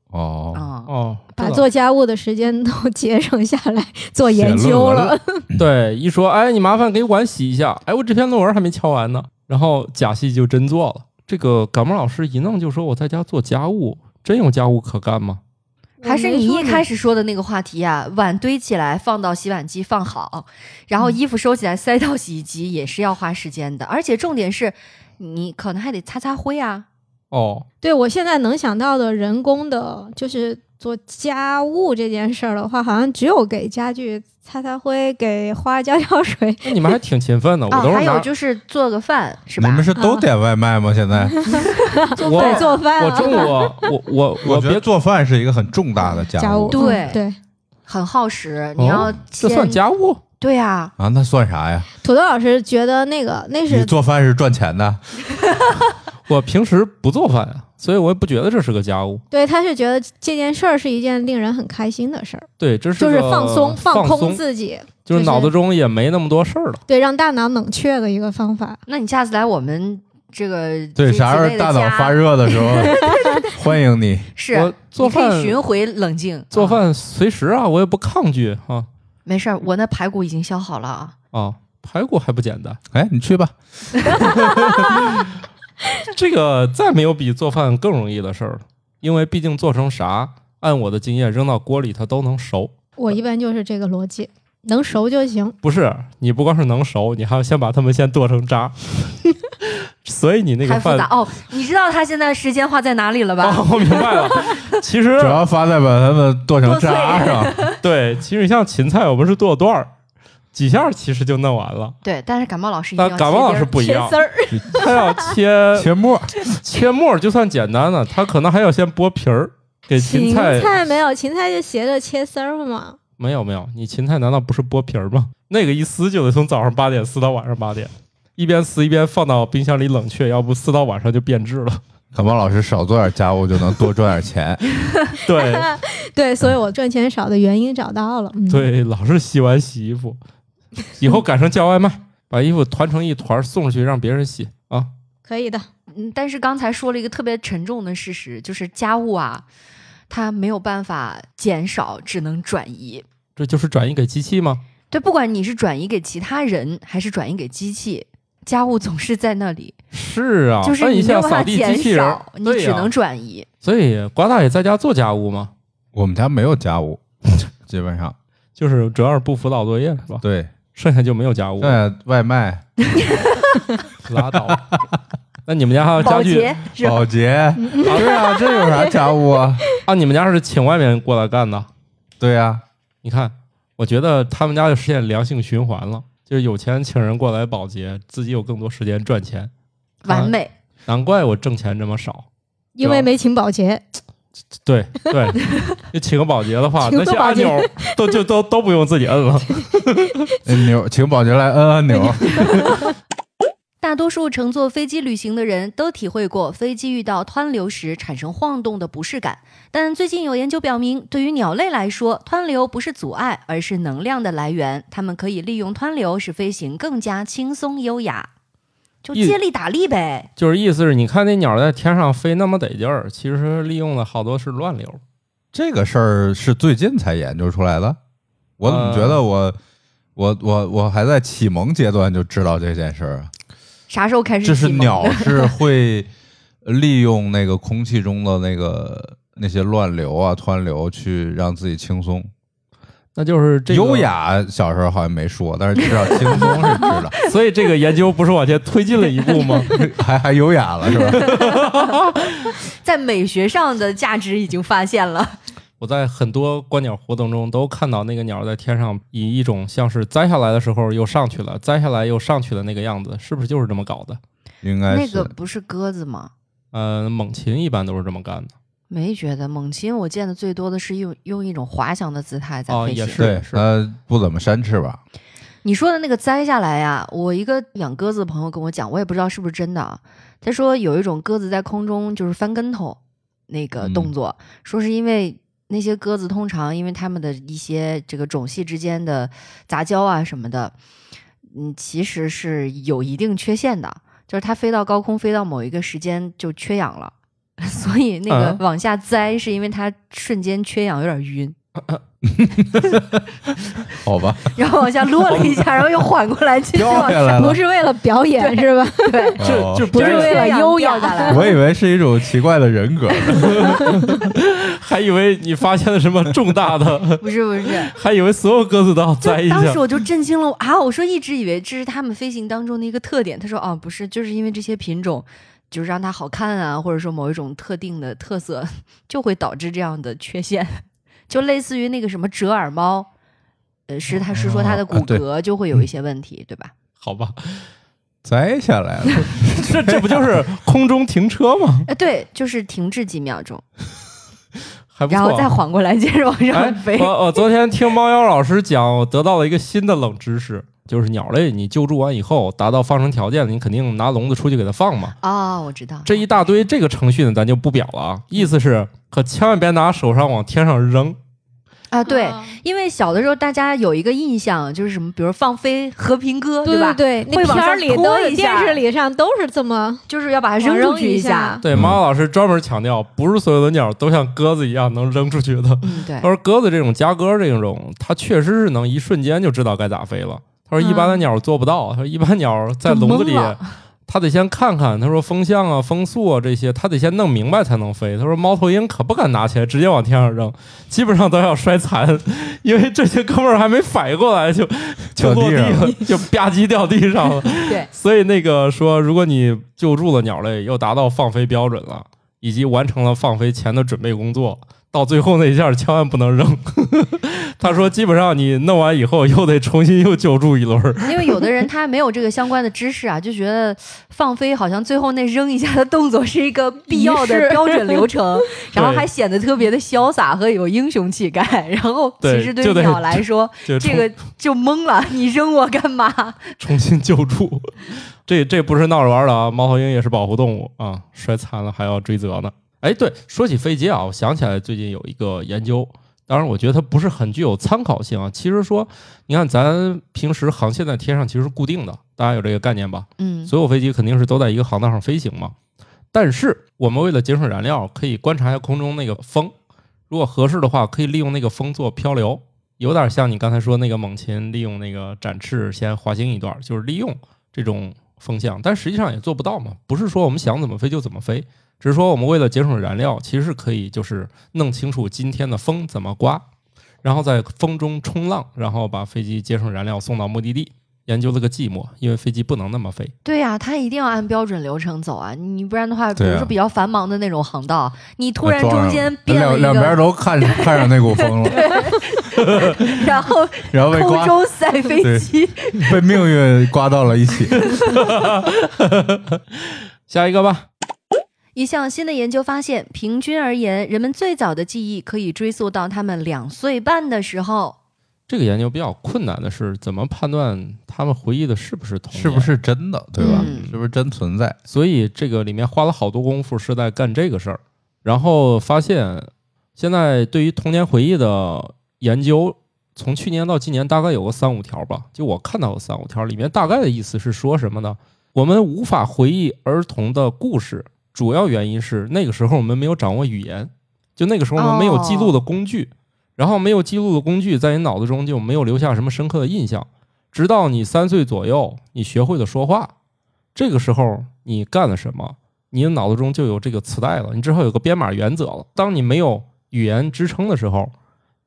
C: 哦，
B: 啊、
A: 哦，
D: 把
A: 做
D: 做家务的时间都节省下来做研究 了。
A: 对一说，哎，你麻烦给碗洗一下。哎，我这篇论文还没敲完呢。然后假戏就真做了。这个感冒老师一弄就说我在家做家务，真有家务可干吗？
B: 还是你一开
D: 始
B: 始说的那个话题呀、碗堆起来放到洗碗机放好，然后衣服收起来塞到洗衣机也是要花时间的，而且重点是你可能还得擦擦灰啊。
A: 哦，
D: 对我现在能想到的人工的，就是做家务这件事儿的话，好像只有给家具擦擦灰，给花浇浇水。
A: 那你们还挺勤奋哦的。我
B: 啊，
A: 等会
B: 还
A: 儿拿
B: 有就是做个饭是
C: 你
B: 吧？
C: 们是都点外卖吗？现在
A: 我
D: 对，做饭
A: 我
D: 啊
A: 中午我我
C: 我觉
A: 别
C: 得做饭是一个很重大的
D: 家务，
B: 对
D: 嗯对。
B: 很耗时，你要
A: 哦这
B: 先、
A: 算家务？
B: 对啊，
C: 啊，那算啥呀？
D: 土豆老师觉得那个那
C: 你
D: 是
C: 做饭是赚钱的，
A: 我平时不做饭啊，所以我也不觉得这是个家务。
D: 对，他是觉得这件事儿是一件令人很开心的事儿，
A: 对，这是
D: 就是
A: 个
D: 放松、
A: 放
D: 空自己，
A: 就是
D: 就是
A: 脑子中也没那么多事儿了。
D: 对，让大脑冷却的一个方法。
B: 那你下次来我们这个
C: 对，
B: 这
C: 啥时
B: 之
C: 候
B: 类的
C: 大脑
B: 家
C: 发热的时候，欢迎你。
B: 是啊
A: 我做
B: 你可
A: 饭
B: 以寻回冷静，
A: 做
B: 啊、
A: 饭随时啊，我也不抗拒啊
B: 没事儿，我那排骨已经削好了啊。
A: 啊，排骨还不简单。
C: 哎，你去吧。
A: 这个再没有比做饭更容易的事儿了，因为毕竟做成啥，按我的经验，扔到锅里它都能熟。
D: 我一般就是这个逻辑，能熟就行。
A: 不是，你不光是能熟，你还要先把它们先剁成渣， 所以你那个
B: 太复
A: 饭
B: 杂哦！你知道他现在时间花在哪里了吧？
A: 哦，我明白 了。其实
C: 主要发在把它们剁成渣上。
A: 对，其实像芹菜，我们是剁段儿，几下儿其实就弄完了。
B: 对，但是感冒老师一定
A: 但
B: 要切
A: 感冒老师
B: 丁儿
A: 不一样
B: 切丝儿，
A: 他要 切
C: 切末，
A: 切末，就算简单了，他可能还要先剥皮儿，给芹
D: 芹
A: 菜
D: 没有，芹菜就斜着切丝儿嘛。
A: 没有没有，你芹菜难道不是剥皮儿吗？那个一撕就得从早上八点撕到晚上八点，一边撕一边放到冰箱里冷却，要不撕到晚上就变质了。
C: 感冒老师少做点家务就能多赚点钱，
A: 对
D: 对，所以我赚钱少的原因找到了。嗯、，
A: 对，老是洗碗洗衣服，以后改成叫外卖，把衣服团成一团儿送出去让别人洗啊。
D: 可以的。
B: 嗯，但是刚才说了一个特别沉重的事实，就是家务啊，它没有办法减少，只能转移。
A: 这就是转移给机器吗？
B: 对，不管你是转移给其他人，还是转移给机器，家务总是在那里，
A: 是啊，
B: 就是
A: 摁
B: 你
A: 一
B: 没
A: 下
B: 有办
A: 扫
B: 法
A: 地机
B: 减
A: 器人儿
B: 少，，你
A: 对
B: 只
A: 呀
B: 能转移。
A: 所以瓜大爷在家做家务吗？
C: 我们家没有家务， 基本上
A: 就是主要是不辅导作业是吧？
C: 对，
A: 剩下就没有家务，
C: 那外卖、
A: 拉 倒。那你们家还有啊家
B: 保
A: 具哦
B: 洁 是吧？嗯
C: 保洁，对啊，这有啥家 务啊？
A: 啊？你们家是请外面过来干的？
C: 对啊，
A: 你看，我觉得他们家就实现良性循环了，就是有钱请人过来保洁，自己有更多时间赚钱。啊
B: 完美。
A: 难怪我挣钱这么少。
D: 因
A: 对
D: 为
A: 啊
D: 没请保洁，
A: 对 对，就请个保洁的话，
D: 请
A: 那
D: 个
A: 些
D: 保
A: 按
D: 洁
A: 钮都就都都不用自己摁了。
C: 按钮，呃请保洁来摁按钮。
B: 大多数乘坐飞机旅行的人都体会过飞机遇到湍流时产生晃动的不适感，但最近有研究表明，对于鸟类来说，湍流不是阻碍，而是能量的来源。它们可以利用湍流使飞行更加轻松优雅，就
A: 一
B: 接力打力呗。
A: 就是意思是，你看那鸟在天上飞那么得劲儿，其实利用的好多是乱流。
C: 这个事儿是最近才研究出来的，我怎
A: 嗯
C: 么觉得我、我我我还在启蒙阶段就知道这件事儿啊？
B: 啥时候开始？
C: 就是 鸟是会利用那个空气中的那个那些乱流啊、湍流去让自己轻松、
A: 那就是这个
C: 优。雅。小时候好像没说，但是至少轻松是知 道，
A: 所以这个研究不是往前推进了一步吗？
C: 还还优雅了是吧？
B: 在美学上的价值已经发现了。
A: 我在很多观鸟活动中都看到那个鸟在天上以一种像是摘下来的时候又上去了，摘下来又上去的那个样子，是不是就是这么搞的？
C: 应
A: 哎
C: 该
B: 那
C: 是、
B: 个不是鸽子吗？
A: 呃，猛禽一般都是这么干的
B: 没觉得，猛禽我见的最多的是用用一种滑翔的姿态在
A: 哦
B: 飞行。
A: 也是
C: 对，
A: 是
C: 它不怎么扇翅 膀。
B: 你说的那个摘下来呀、我一个养鸽子的朋友跟我讲，我也不知道是不是真的啊。他说有一种鸽子在空中就是翻跟头那个动作，说是因为那些鸽子通常因为它们的一些这个种系之间的杂交啊什么的，嗯，其实是有一定缺陷的，就是它飞到高空飞到某一个时间就缺氧了， 所以那个
A: 啊
B: 往下栽是因为它瞬间缺氧有点晕，
C: 好吧，
B: 然后往下落了一下，然后又缓过来继续
C: 掉
B: 往
C: 下来了
D: 不。是为了表演是 吧？
B: 对。
C: 哦
A: 这这
D: 不是为了优雅
B: 掉下 来了
C: 我以为是一种奇怪的人格，
A: 还以为你发现了什么重大的，
B: 不是不是，
A: 还以为所有鸽子都要
B: 就
A: 摘一
B: 当
A: 下
B: 时。我就震惊了啊！我说一直以为这是他们飞行当中的一个特点，他说啊不是，就是因为这些品种，就是让它好看啊，或者说某一种特定的特色，就会导致这样的缺陷， 就类似于那个什么折耳猫，呃，是它是说它的
C: 哦
B: 骨
C: 啊对
B: 骼就会有一些问题，对吧？
A: 好吧，
C: 摘下来了。
A: 这这不就是空中停车吗？
B: 哎，对，就是停滞几秒钟，
A: 还不
B: 然后
A: 错啊
B: 再。缓过来接着往上
A: 哎
B: 飞，。
A: 我我昨天听猫妖老师讲，我得到了一个新的冷知识，就是鸟类你救助完以后，达到放生条件了，你肯定拿笼子出去给它放嘛。
B: 哦，我知道，
A: 这一大堆这个程序呢，咱就不表了啊。意思是，可千万别拿手上往天上扔。
B: 啊，对，
D: 嗯
B: 因为小的时候大家有一个印象，就是什么，比如放飞《和平鸽》，
D: 对
B: 吧？
D: 对，
B: 会
D: 那
B: 往
D: 片
B: 上
D: 儿里
B: 拖
D: 都
B: 一下
D: 电视里上都是这么
B: 就是要把它
D: 往
B: 扔出
D: 扔
B: 去
D: 一
B: 下。。
A: 对，
C: 嗯
A: 猫妖老师专门强调，不是所有的鸟都像鸽子一样能扔出去的。
B: 嗯，对
A: 他，说鸽子这种夹鸽这种，它确实是能一瞬间就知道该咋飞了。他说一般的鸟做不到，他说一般鸟在笼子里
B: 就嗯 懵了，
A: 它得先看看，他说风向啊、风速啊这些，它得先弄明白才能飞。他说猫头鹰可不敢拿起来直接往天上扔，基本上都要摔残，因为这些哥们儿还没反应过来就 就
C: 掉
A: 落
C: 地
A: 地
C: 上了
A: 了，就吧唧掉地上了。
B: 对，
A: 所以那个说，如果你救助了鸟类，又达到放飞标准了，以及完成了放飞前的准备工作，到最后那一下儿千万不能扔。 他说，基本上你弄完以后又得重新又救助一轮儿。
B: 因为有的人他没有这个相关的知识啊，就觉得放飞好像最后那扔一下的动作是一个必要
D: 仪式
B: 的标准流 程，然后
A: 对
B: 还显得特别的潇洒和有英雄气概。然后
A: 对
B: 其实对
A: 就得
B: 鸟来说，
A: 就
B: 这
A: 重
B: 个就懵了，你扔我干嘛？
A: 重新救助， 这这不是闹着玩儿的啊！猫头鹰也是保护动物啊，摔残了还要追责呢。哎，对，说起飞机啊，我想起来最近有一个研究，当然我觉得它不是很具有参考性啊。其实说，你看咱平时航线在天上其实是固定的，大家有这个概念吧？
B: 嗯
A: 所有飞机肯定是都在一个航道上飞行嘛。但是我们为了节省燃料，可以观察一下空中那个风，如果合适的话，可以利用那个风做漂流，有点像你刚才说那个猛禽利用那个展翅先滑行一段，就是利用这种风向，但实际上也做不到嘛，不是说我们想怎么飞就怎么飞，只是说我们为了节省燃料，其实是可以就是弄清楚今天的风怎么刮，然后在风中冲浪，然后把飞机节省燃料送到目的地。研究了个寂寞，因为飞机不能那么飞，
B: 对呀、他一定要按标准流程走啊，你不然的话，比
C: 对啊
B: 如说比较繁忙的那种航道，你突然
C: 撞上
B: 中
C: 了
B: 间变了
C: 两
B: 一
C: 两边
B: 个，
C: 都 看看上那股风了，
B: 然后
C: 然后被
B: 空
C: 刮
B: 中塞飞
C: 对
B: 机，
C: 被命运刮到了一 起。
A: 下一个吧。
B: 一项新的研究发现，平均而言，人们最早的记忆可以追溯到他们两岁半的时候。
A: 这个研究比较困难的是，怎么判断他们回忆的是不是童年？
C: 是不？是真的，对吧？
B: 嗯
C: 是不是真存在？
A: 所以这个里面花了好多功夫是在干这个事儿，然后发现现在对于童年回忆的研究，从去年到今年大概有个三五条吧，就我看到有三五条，里面大概的意思是说什么呢？我们无法回忆儿童的故事，主要原因是那个时候我们没有掌握语言，就那个时候我们没有记录的工具，然后没有记录的工具在你脑子中就没有留下什么深刻的印象，直到你三岁左右，你学会了说话，这个时候你干了什么，你的脑子中就有这个磁带了，你之后有个编码原则了。当你没有语言支撑的时候，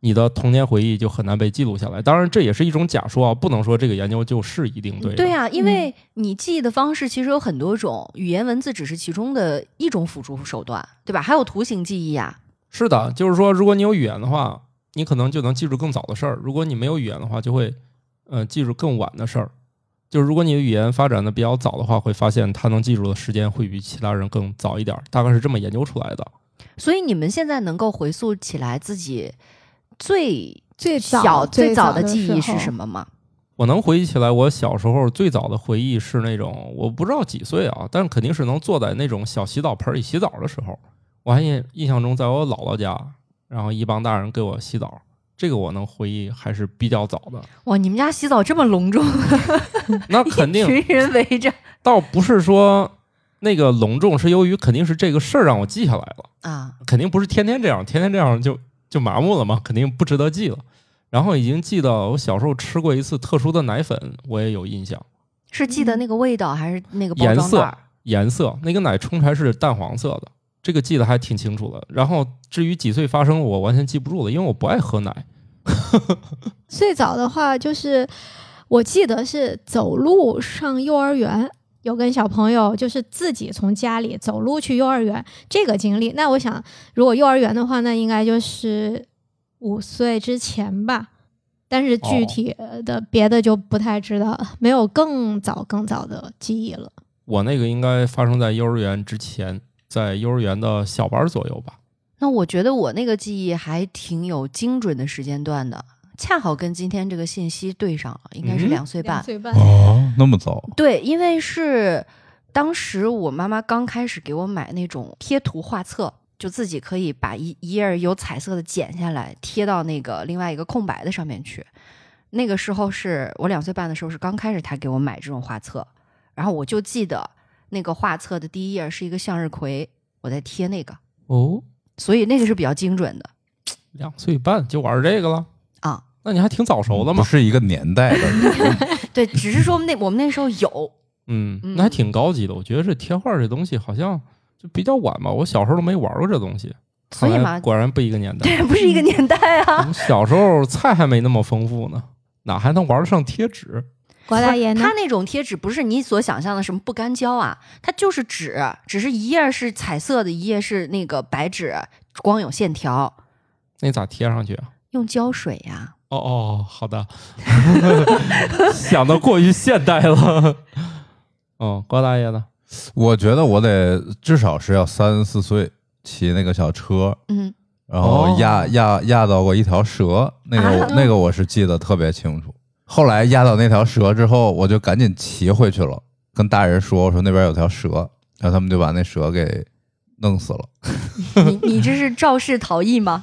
A: 你的童年回忆就很难被记录下来。当然，这也是一种假说啊，不能说这个研究就是一定对的。
B: 对呀、因为你记忆的方式其实有很多种，语言文字只是其中的一种辅助手段，对吧？还有图形记忆啊呀、
A: 是的，就是说，如果你有语言的话，你可能就能记住更早的事儿；如果你没有语言的话，就会呃记住更晚的事儿。就是如果你的语言发展的比较早的话，会发现它能记住的时间会比其他人更早一点儿，大概是这么研究出来的。
B: 所以你们现在能够回溯起来自己最
D: 最早
B: 小最
D: 早
B: 的记忆是什
D: 么？
B: 么吗？
A: 我能回忆起来，我小时候最早的回忆是那种我不知道几岁啊，但是肯定是能坐在那种小洗澡盆里洗澡的时候。我还印印象中，在我姥姥家，然后一帮大人给我洗澡，这个我能回忆还是比较早的。
B: 哇，你们家洗澡这么隆重，
A: 那肯定
B: 一群人围着
A: 倒不是说那个隆重，是由于肯定是这个事儿让我记下来了。
B: 啊，
A: 肯定不是天天这样，天天这样就就麻木了嘛，肯定不值得记了。然后已经记得我小时候吃过一次特殊的奶粉，我也有印象，
B: 是记得那个味道还是那个包
A: 颜
B: 装
A: 色
B: 袋儿？
A: 颜色那个奶冲出来是淡黄色的，这个记得还挺清楚的。然后至于几岁发生，我完全记不住了，因为我不爱喝奶。
D: 最早的话就是我记得是走路上幼儿园。有跟小朋友就是自己从家里走路去幼儿园这个经历，那我想如果幼儿园的话，那应该就是五岁之前吧。但是具
C: 哦
D: 体的别的就不太知道了，没有更早更早的记忆了。
A: 我那个应该发生在幼儿园之前，在幼儿园的小班左右吧。
B: 那我觉得我那个记忆还挺有精准的时间段的，恰好跟今天这个信息对上了，应该是
A: 嗯
B: 两岁半。
D: 岁半
C: 哦，那么早，
B: 对，因为是当时我妈妈刚开始给我买那种贴图画册，就自己可以把一一页儿有彩色的剪下来，贴到那个另外一个空白的上面去。那个时候是我两岁半的时候，是刚开始她给我买这种画册，然后我就记得那个画册的第一页是一个向日葵，我在贴那个，
A: 哦，
B: 所以那个是比较精准的
A: 两岁半就玩这个了，
B: 啊。
A: 那你还挺早熟的
C: 不
A: 嘛。
C: 是一个年代的。
B: 对，只是说那我们那时候有，
A: 嗯，
B: 嗯
A: 那还挺高级的。我觉得这贴画这东西好像就比较晚吧，我小时候都没玩过这东西。
B: 所以
A: 看来
B: 嘛，
A: 果然不一个年代。
B: 对，不啊是一
C: 嗯
B: 个年代
A: 我
B: 啊。
A: 们小时候菜还没那么丰富呢，哪还能玩得上贴纸？
D: 郭大爷呢
B: 它？那种贴纸不是你所想象的什么不干胶啊，它就是纸，只是一页是彩色的，一页是那个白纸，光有线条。
A: 那咋贴上去啊？
B: 用胶水呀、
A: 哦哦，好的， 想的过于现代了。哦，高大爷呢？
C: 我觉得我得至少是要三四岁骑那个小车，
B: 嗯，
C: 然后
A: 哦
C: 压、压压到过一条蛇，那个我、
B: 啊
C: 那个我是记得特别清楚。后来压到那条蛇之后，我就赶紧骑回去了，跟大人说：“我说那边有条蛇。”然后他们就把那蛇给弄死了。
B: 你你这是肇事逃逸吗？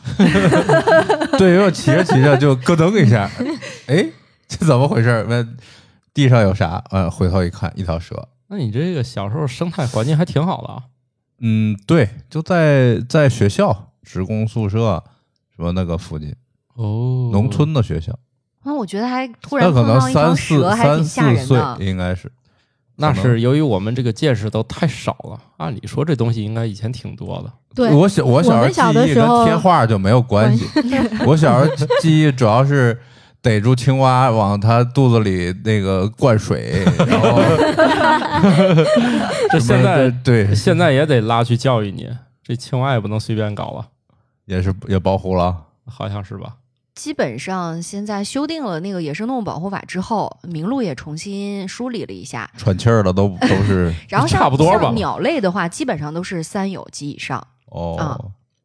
C: 对，因为我骑着骑着就咯噔一下，哎，这怎么回事？问地上有啥？呃，回头一看，一条蛇。
A: 那你这个小时候生态环境还挺好的啊。
C: 嗯，对，就在在学校、职工宿舍什么那个附近，
A: 哦，
C: 农村的学校，
B: 那我觉得还突
C: 那
B: 然
C: 可
B: 碰
C: 能
B: 到一条
C: 三四
B: 蛇，还
C: 三
B: 挺吓
C: 四
B: 人
C: 岁
B: 的。
C: 应该是。
A: 那
C: 可能
A: 是由于我们这个见识都太少了。按理说这东西应该以前挺多的。
D: 对，
C: 我小我
D: 我
C: 小
D: 们
C: 时候
D: 小的
C: 记忆
D: 时
C: 跟
D: 候
C: 贴画就没有关系。我小时候记忆主要是逮住青蛙往它肚子里那个灌水，然后
A: 这现在
C: 对
A: 现在也得拉去教育你，这青蛙也不能随便搞了，
C: 也是也保护了。
A: 好像是吧？
B: 基本上现在修订了那个《野生动物保护法》之后，名录也重新梳理了一下。
C: 喘气儿了都都 是
B: 然后像
A: 差不多吧
B: 像鸟类的话，基本上都是三有及以上。
C: 哦，
B: 啊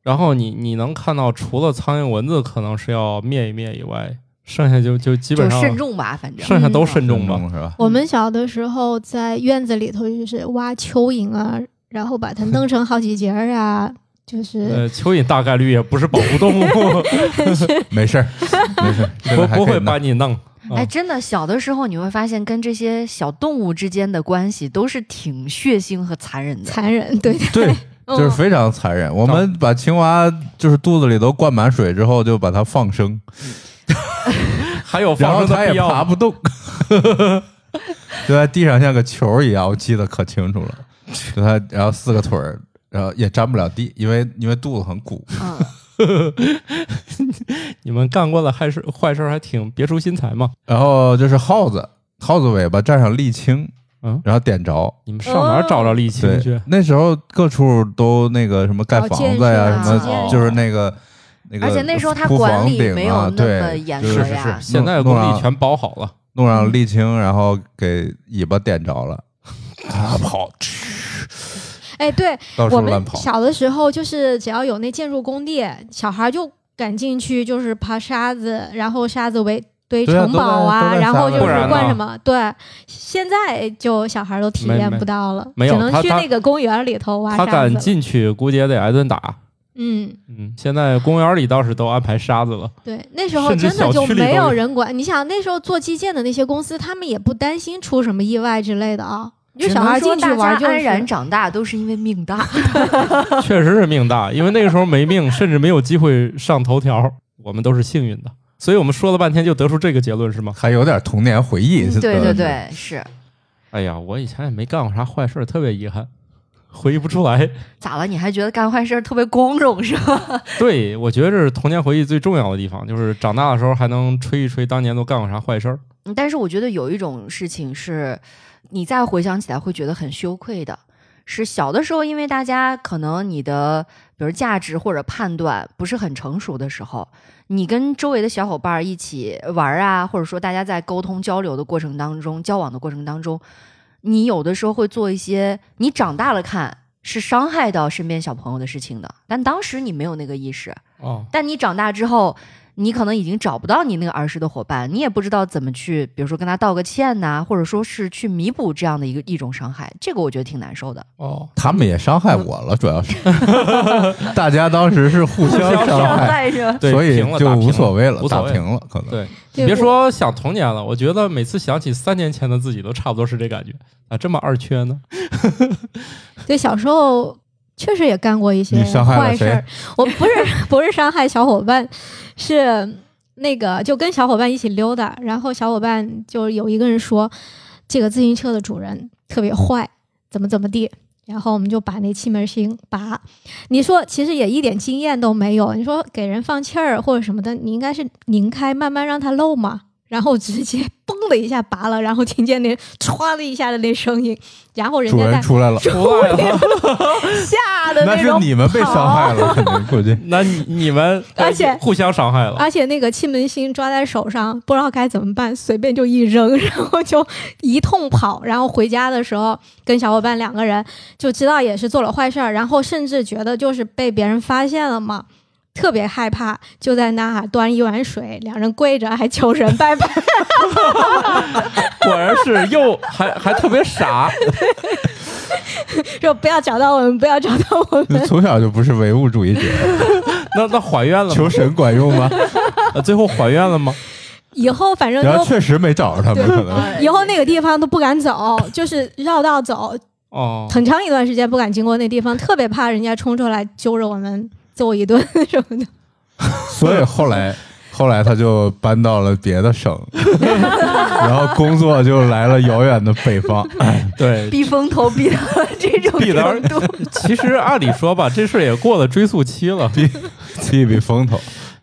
A: 然后你你能看到，除了苍蝇、蚊子可能是要灭一灭以外，剩下就就基本
B: 就
A: 上
B: 慎重嗯吧，反正
A: 剩下都慎重
C: 重
A: 吧。
C: 是吧？
D: 我们小的时候在院子里头就是挖蚯蚓啊，然后把它弄成好几节儿啊，就是
A: 呃，蚯蚓大概率也不是保护 动物，
C: 没事儿，没 事儿，这
A: 不
C: 个还
A: 不
C: 可以
A: 会
C: 弄
A: 把你弄。
B: 哎，
A: 啊
B: 真的，小的时候你会发现，跟这些小动物之间的关系都是挺血腥和残忍的。
D: 残忍，对，
C: 对，
D: 嗯
C: 就是非常残忍。我们
A: 嗯
C: 把青蛙就是肚子里都灌满水之后，就把它放生，
A: 还有
C: 然
A: 防
C: 后
A: 身
C: 它
A: 的
C: 也
A: 必要吗。
C: 爬不动，就在地上像个球儿一样，我记得可清楚了。就它，然后四个腿儿，然后也沾不了地，因为因为肚子很鼓。
B: 嗯，
A: 你们干过的坏事坏事还挺别出心裁嘛。
C: 然后就是耗子，耗子尾巴蘸上沥青，
A: 嗯
C: 然后点着。
A: 你们上哪
D: 哦
A: 儿找着沥青去
C: 对？，那时候各处都那个什么盖
D: 搞
C: 房
D: 建
C: 子呀、
D: 设
C: 什
B: 哦啊
C: 么就是那个那个，
B: 而且那时候它
C: 铺
B: 管
C: 房
B: 理
C: 顶
B: 没有
C: 啊
B: 那
C: 对
B: 么严
C: 就是
B: 格
C: 是
B: 呀
C: 是
A: 现在
C: 弄
A: 工
C: 弄
A: 地
C: 上
A: 全包好了，
C: 弄上沥青，然后给尾巴点着了，啊，跑，
D: 哎，对
C: 到
D: 我
C: 处乱
D: 们
C: 跑。
D: 小的时候就是只要有那建筑工地，小孩就赶进去，就是爬沙子，然后沙子围堆
C: 对啊
D: 城堡
C: 都在都
D: 啊，
C: 在
D: 然后就
A: 沙子
D: 是
A: 上
D: 灌什么，对，现在就小孩都体
A: 没
D: 验
A: 没
D: 不到了，
A: 没有
D: 只能
A: 他
D: 去
A: 他
D: 那个公园里头挖
A: 他
D: 沙
A: 敢
D: 子了，
A: 进去，估计也得挨顿打。
D: 嗯。
A: 嗯，现在公园里倒是都安排沙子 了。
D: 对，那时候
A: 甚至
D: 真的
A: 小
D: 就
A: 区里
D: 没
A: 都
D: 有
A: 有
D: 人管。你想，那时候做基建的那些公司，他们也不担心出什么意外之类的啊。就
B: 只
D: 小
B: 能
D: 孩
B: 说
D: 进去
B: 大家
D: 玩就
B: 安然
D: 是，
B: 长大，都是因为 命大。
A: 确实是命大，因为那个时候没命，甚至没有机会上头条，我们都是幸运的。所以我们说了半天，就得出这个结论是吗？
C: 还有点童年回忆，
B: 嗯对对
C: 真的是，
B: 对，是
A: 哎呀，我以前也没干过啥坏事儿，特别遗憾，回忆不出来。
B: 咋了？你还觉得干坏事儿特别光荣是吧？
A: 对，我觉得这是童年回忆最重要的地方，就是长大的时候还能吹一吹当年都干过啥坏事儿。
B: 但是我觉得有一种事情是，你再回想起来会觉得很羞愧的，是小的时候，因为大家可能你的比如价值或者判断不是很成熟的时候，你跟周围的小伙伴儿一起玩儿啊，或者说大家在沟通交流的过程当中、交往的过程当中，你有的时候会做一些你长大了看是伤害到身边小朋友的事情的，但当时你没有那个意识。
A: 哦，
B: 但你长大之后，你可能已经找不到你那个儿时的伙伴，你也不知道怎么去，比如说跟他道个歉呐、或者说是去弥补这样的一个一种伤害，这个我觉得挺难受的。
A: 哦，
C: 他们也伤害我了，主 要是大家当时是互相伤害，
B: 是吧？
A: 对，
C: 所以
A: 平了
C: 就
A: 打平
C: 无所谓了，
A: 无所
C: 打
A: 谓
C: 平了，可能。
A: 对，
D: 对
A: 你别
D: 我
A: 说想童年了，我觉得每次想起三年前的自己，都差不多是这感觉啊，这么二缺 呢？
D: 对小时候确实也干过一些
C: 你伤害了
D: 坏事
C: 谁
D: 儿。我不是不是伤害小伙伴，是那个就跟小伙伴一起溜达，然后小伙伴就有一个人说，这个自行车的主人特别坏，怎么怎么地。然后我们就把那气门芯拔，你说其实也一点经验都没有，你说给人放气儿或者什么的，你应该是拧开慢慢让它漏嘛，然后直接嘣的一下拔了，然后听见那歘的一下的那声音，然后人
C: 主
D: 家
C: 人
D: 在
C: 出来了，
A: 出来了，
D: 吓的
C: 那是
D: 种
C: 你们被伤害了，肯定估计。
A: 那你你们
D: 而且啊
A: 互相伤害了，
D: 而且那个气门芯抓在手上，不知道该怎么办，随便就一扔，然后就一通跑。然后回家的时候，跟小伙伴两个人就知道也是做了坏事儿，然后甚至觉得就是被别人发现了嘛，特别害怕，就在那儿端一碗水，两人跪着还求神拜拜。
A: 果然是又还还特别傻，
D: 说不要找到我们，不要找到我们。
C: 就从小就不是唯物主义者，
A: 那那还愿了吗？
C: 求神管用吗？
A: 呃最后还愿了吗？
D: 以后反正
C: 然后
D: 都
C: 确实没找着他们，可能
D: 以后那个地方都不敢走，就是绕道走，
A: 哦，
D: 很长一段时间不敢经过那地方，特别怕人家冲出来揪着我们揍一顿 什么的。
C: 所以后来。后来他就搬到了别的省， 然后工作就来了遥远的北方。
A: 对，
B: 避风头避到了这种
A: 避到
B: 程度，
A: 其实按理说吧，这事儿也过了追溯期了。
C: 避避风头，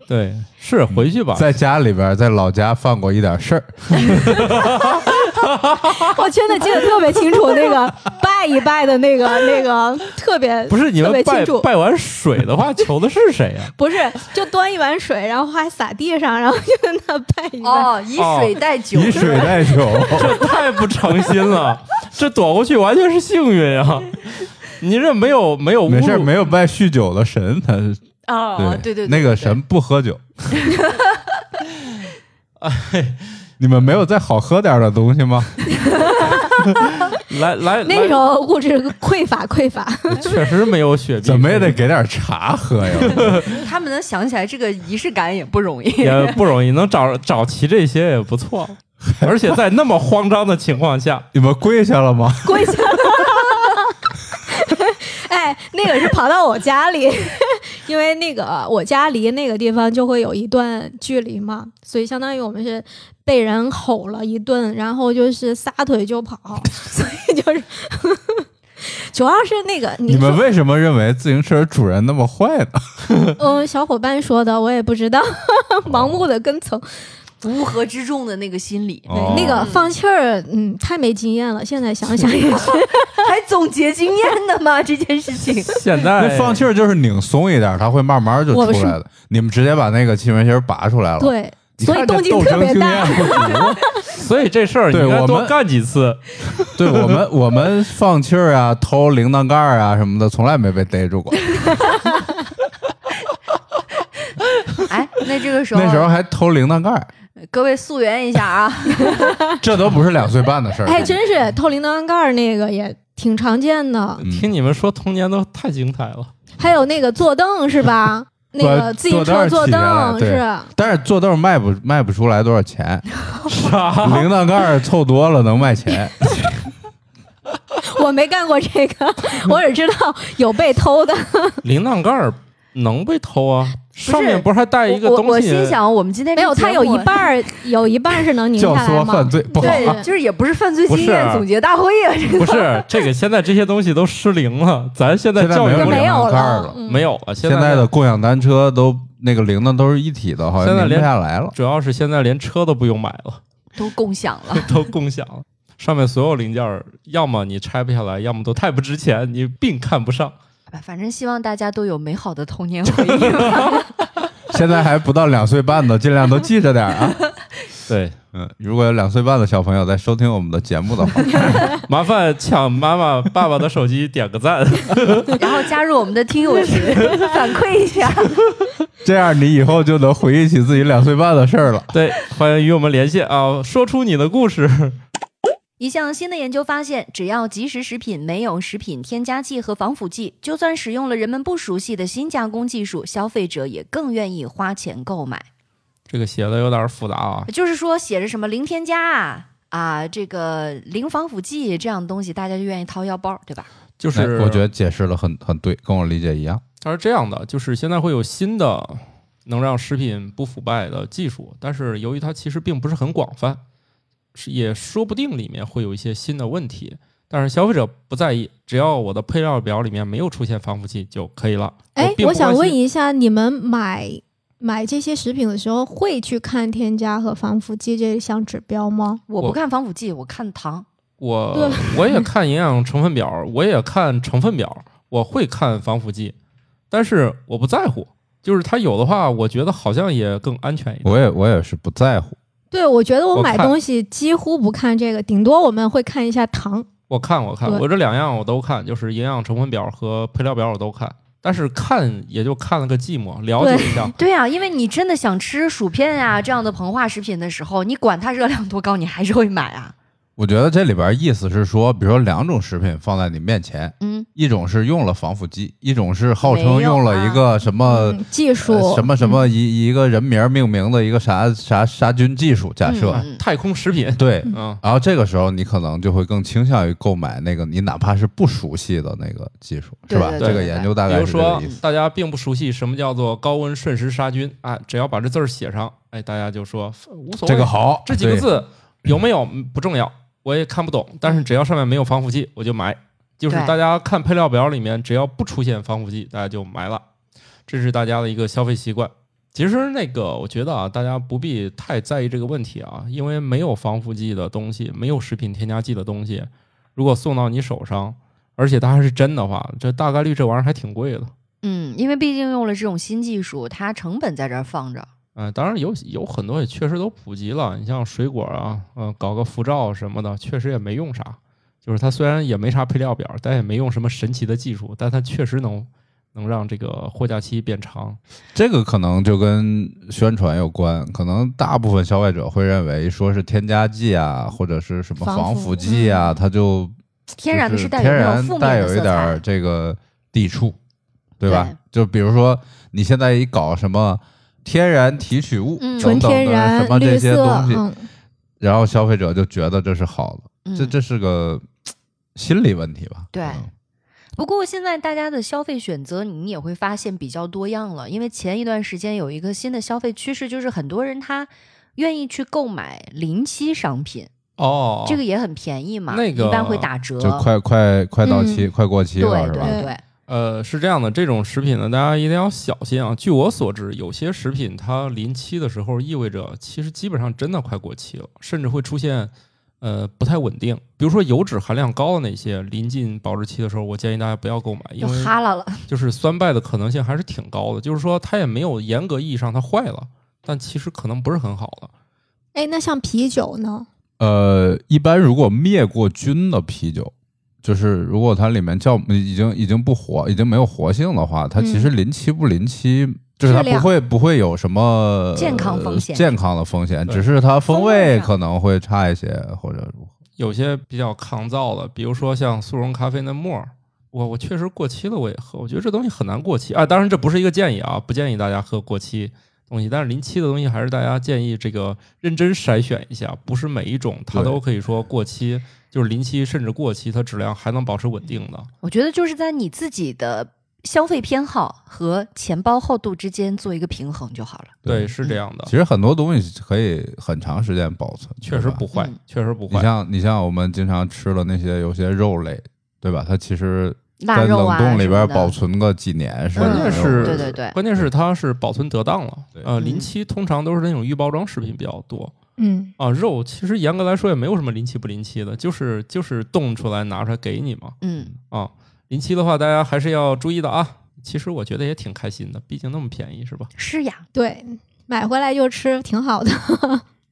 A: 对，是回去吧。
C: 在家里边，在老家犯过一点事儿，
D: 我哦真的记得特别清楚，那个拜一拜的那个那个特别
A: 不是你
D: 特
A: 们
D: 别
A: 拜
D: 清楚，
A: 拜完水的话，求的是谁 呀、
D: 不是就端一碗水，然后还洒地上，然后就在那拜一拜。
B: 哦，以水代酒，
C: 以水代酒。
A: 这太不诚心了，这躲过去完全是幸运啊！你这没有没有侮辱
C: 没事儿，没有拜酗酒的神，他是
B: 哦，对对，对
C: 那个神不喝酒。你们没有再好喝点的东西吗？
A: 来来
D: 那时
A: 来
D: 候物质匮乏匮乏，
A: 确实没有 雪碧，
C: 怎么也得给点茶喝呀。
B: 他们能想起来这个仪式感也不容易。
A: 也不容易，能找找齐这些也不 错。而且在那么慌张的情况下，
C: 你们跪下了吗？
D: 跪下。哎，那个是跑到我家里， 因为那个我家离那个地方就会有一段距离嘛，所以相当于我们是被人吼了一顿，然后就是撒腿就跑， 所以就是 主要是那个
C: 你
D: 您
C: 们
D: 说，
C: 为什么认为自行车主人那么坏呢？
D: 嗯，小伙伴说的，我也不知道， 盲目的跟从。
B: 乌合之众的那个心理，
C: 哦
D: 那个放气儿，嗯，太没经验了，现在想想也 是。
B: 还总结经验的吗？这件事 情，
A: 现在
C: 那放气儿就是拧松一点，它会慢慢就
D: 我
C: 出
D: 是
C: 来的。你们直接把那个气门芯儿拔出来了，
D: 对，
C: 你
D: 所以
C: 看这
D: 动静
C: 斗
D: 特
C: 争
D: 别
C: 经
D: 大。
C: 验不足
A: 所以这事儿你
C: 对
A: 应该
C: 我
A: 多
C: 们
A: 干几次。
C: 对我们，我们放气儿啊、偷铃铛盖儿啊什么的，从来没被逮 住过。
B: 哎，那这个时候，
C: 那时候还偷铃铛盖儿，
B: 各位溯源一下啊，
C: 这都不是两岁半的事儿。
D: 哎，真是透铃铛盖儿那个也挺常见的，
C: 嗯
A: 听你们说童年都太精彩了，
D: 还有那个坐凳是吧？那个自行车坐
C: 坐凳儿
D: 凳
C: 起
D: 是
C: 来，但是坐凳卖不卖不出来多少 钱，
D: 啊
A: 啥？
C: 铃铛盖儿凑多了能卖 钱。
D: 我没干过这个，我只知道有被 偷的。
A: 铃铛盖儿能被偷啊？
B: 是
A: 上面不是还带一个
B: 我
A: 东西？
B: 我心想，我们今天这
D: 没有，
B: 节目
D: 它有一半儿有一半儿是能拧下
C: 教
D: 来
C: 唆犯
D: 吗？
C: 罪不好啊，
B: 对，就是也不是犯罪
A: 不是
B: 经验总结大会啊， 这
A: 不是这个，现在这些东西都失灵了，咱现在
C: 现在
A: 教育
C: 没
A: 不
C: 有
A: 了
C: 铃
D: 没有
C: 铛盖儿
D: 了
C: 了，
D: 嗯
A: 没有了。现
C: 现在的共享单车都那个铃铛都是一体的，好
A: 现在
C: 像拧
A: 连
C: 不下来了。
A: 主要是现在连车都不用买了，
B: 都共享了。
A: 都共享了。上面所有零件儿，要么你拆不下来，要么都太不值钱，你并看不上。
B: 反正希望大家都有美好的童年回忆 吧。
C: 现在还不到两岁半的，尽量都记着点儿啊。
A: 对，
C: 嗯，如果有两岁半的小朋友在收听我们的节目的话，
A: 麻烦抢妈妈、爸爸的手机点个 赞。
B: 然后加入我们的听友群， 反馈一下。
C: 这样你以后就能回忆起自己两岁半的事儿了。
A: 对，欢迎与我们连线啊，说出你的故事。
B: 一项新的研究发现，只要即食食品没有食品添加剂和防腐剂，就算使用了人们不熟悉的新加工技术，消费者也更愿意花钱购买。
A: 这个写的有点复杂啊，
B: 就是说，写着什么零添加啊。啊，这个零防腐剂这样的东西，大家就愿意掏腰包，对吧？
A: 就是
C: 哎我觉得解释的很很对，跟我理解一样。
A: 它是这样的，就是现在会有新的能让食品不腐败的技术，但是由于它其实并不是很广泛，是也说不定里面会有一些新的问题。但是消费者不在意，只要我的配料表里面没有出现防腐剂就可以了。
D: 哎，
A: 并
D: 我
A: 不关
D: 想
A: 心
D: 问一下，你们买买这些食品的时候会去看添加和防腐剂这项指标吗？
B: 我不
A: 我
B: 看防腐剂，我看糖。
A: 我我也看营养成分表，我也看成分表，我会看防腐剂，但是我不在乎，就是它有的话，我觉得好像也更安全一点。
C: 我也我也是不在乎，
D: 对，我觉得我
A: 我
D: 买
A: 看
D: 东西几乎不看这个，顶多我们会看一下糖。
A: 我看我看，
D: 对
A: 我这两样我都看，就是营养成分表和配料表我都看，但是看也就看了个寂寞，了解一下。
B: 对呀、因为你真的想吃薯片呀、这样的膨化食品的时候，你管它热量多高，你还是会买啊。
C: 我觉得这里边意思是说，比如说两种食品放在你面前，
B: 嗯，
C: 一种是用了防腐剂，一种是号称
B: 没啊用
C: 用了一个什么、
D: 嗯，技术、
C: 呃什么什
B: 嗯
C: 么一一个人名命名的一个啥啥杀菌技术，假设、
A: 啊
B: 嗯
A: 太空食品，
C: 对。
A: 嗯，
C: 然后这个时候，你可能就会更倾向于购买那个你哪怕是不熟悉的那个技术，是吧？
B: 对对对
C: 这个研究大
A: 比
C: 概
A: 如
C: 是这个
A: 说嗯
C: 意思。
A: 大家并不熟悉什么叫做高温瞬时杀菌啊，只要把这字儿写上，哎，大家就说无所谓，
C: 这个好，
A: 这几个
C: 对
A: 字有没有嗯不重要，我也看不懂，但是只要上面没有防腐剂，我就买。就是
B: 对
A: 大家看配料表里面，只要不出现防腐剂，大家就买了。这是大家的一个消费习惯。其实那个，我觉得啊，大家不必太在意这个问题啊，因为没有防腐剂的东西，没有食品添加剂的东西，如果送到你手上，而且它还是真的话，这大概率这玩意儿还挺贵的。
B: 嗯，因为毕竟用了这种新技术，它成本在这儿放着。
A: 嗯、当然有有很多也确实都普及了，你像水果啊，嗯、搞个辐照什么的，确实也没用啥。就是它虽然也没啥配料表，但也没用什么神奇的技术，但它确实能能让这个货架期变长。
C: 这个可能就跟宣传有关，可能大部分消费者会认为说是添加剂啊，或者是什么
D: 防腐
C: 防腐剂啊，它就
B: 嗯天然的
C: 就是
B: 带有
C: 天
B: 那种
C: 然
B: 负
C: 带
B: 面的
C: 有
B: 色
C: 一点儿
B: 彩，
C: 这个抵触，对吧？
B: 对
C: 就比如说你现在一搞什么天然提取物
B: 嗯
C: 等
D: 纯
C: 等
D: 天
C: 的
D: 然
C: 什、么这
D: 绿
C: 些
D: 色，
C: 东西，
D: 嗯，
C: 然后消费者就觉得这是好的，
B: 嗯
C: 这这是个嘖心理问题吧？嗯
B: 对
C: 可能
B: 不过现在大家的消费选择，你也会发现比较多样了。因为前一段时间有一个新的消费趋势，就是很多人他愿意去购买临期商品，
A: 哦
B: 这个也很便宜嘛，
A: 那个
B: 一般会打折。
C: 就快快快到期、快过期
B: 对
C: 了，
B: 嗯对
C: 是吧？
B: 对，
A: 呃是这样的，这种食品呢，大家一定要小心啊。据我所知，有些食品它临期的时候，意味着其实基本上真的快过期了，甚至会出现呃不太稳定。比如说油脂含量高的那些，临近保质期的时候，我建议大家不要购买，因
B: 就
A: 为
B: 哈拉了。
A: 就是酸败的可能性还是挺高的。就是说，它也没有严格意义上它坏了，但其实可能不是很好了。
D: 哎，那像啤酒呢？
C: 呃，一般如果灭过菌的啤酒，就是如果它里面酵母已经已经不活，已经没有活性的话，它其
B: 嗯
C: 实临期不临期，就是它
D: 质
C: 不
D: 量
C: 会不会有什么
B: 健康风险
C: 呃健康的风险，
A: 对
C: 只是它风
B: 风味
C: 味
B: 上
C: 可能会差一些或者如何。
A: 有些比较抗造的，比如说像速溶咖啡那沫儿，我我确实过期了，我也喝。我觉得这东西很难过期啊。当然，这不是一个建议啊，不建议大家喝过期东西。但是临期的东西还是大家建议这个认真筛选一下，不是每一种它
C: 对
A: 都可以说过期，就是临期甚至过期，它质量还能保持稳定的。
B: 我觉得就是在你自己的消费偏好和钱包厚度之间做一个平衡就好了。
C: 对嗯
A: 对，是这样的
C: 其，实很多东西可以很长时间保存，
A: 确实
C: 对吧
A: 不坏
B: 嗯，
A: 确实不
C: 你
A: 坏。
C: 像你像我们经常吃的那些有些肉类，对吧？它其实
B: 腊
C: 在
B: 肉
C: 冷
B: 啊，
C: 冻里
B: 什
C: 边
B: 么的
C: 保存个几年是
B: 嗯
C: 没有
A: 关
C: 问
A: 键
C: 题
A: 是
C: 的，
B: 对对对
A: 关键是它是保存得当了
C: 对，
A: 呃，
B: 嗯
A: 临期通常都是那种预包装食品比较多，
D: 嗯，
A: 啊，肉其实严格来说也没有什么临期不临期的，就是就是冻出来拿出来给你嘛。
B: 嗯，
A: 啊，临期的话大家还是要注意的啊。其实我觉得也挺开心的，毕竟那么便宜是吧？
B: 是呀，
D: 对，买回来就吃，挺好的。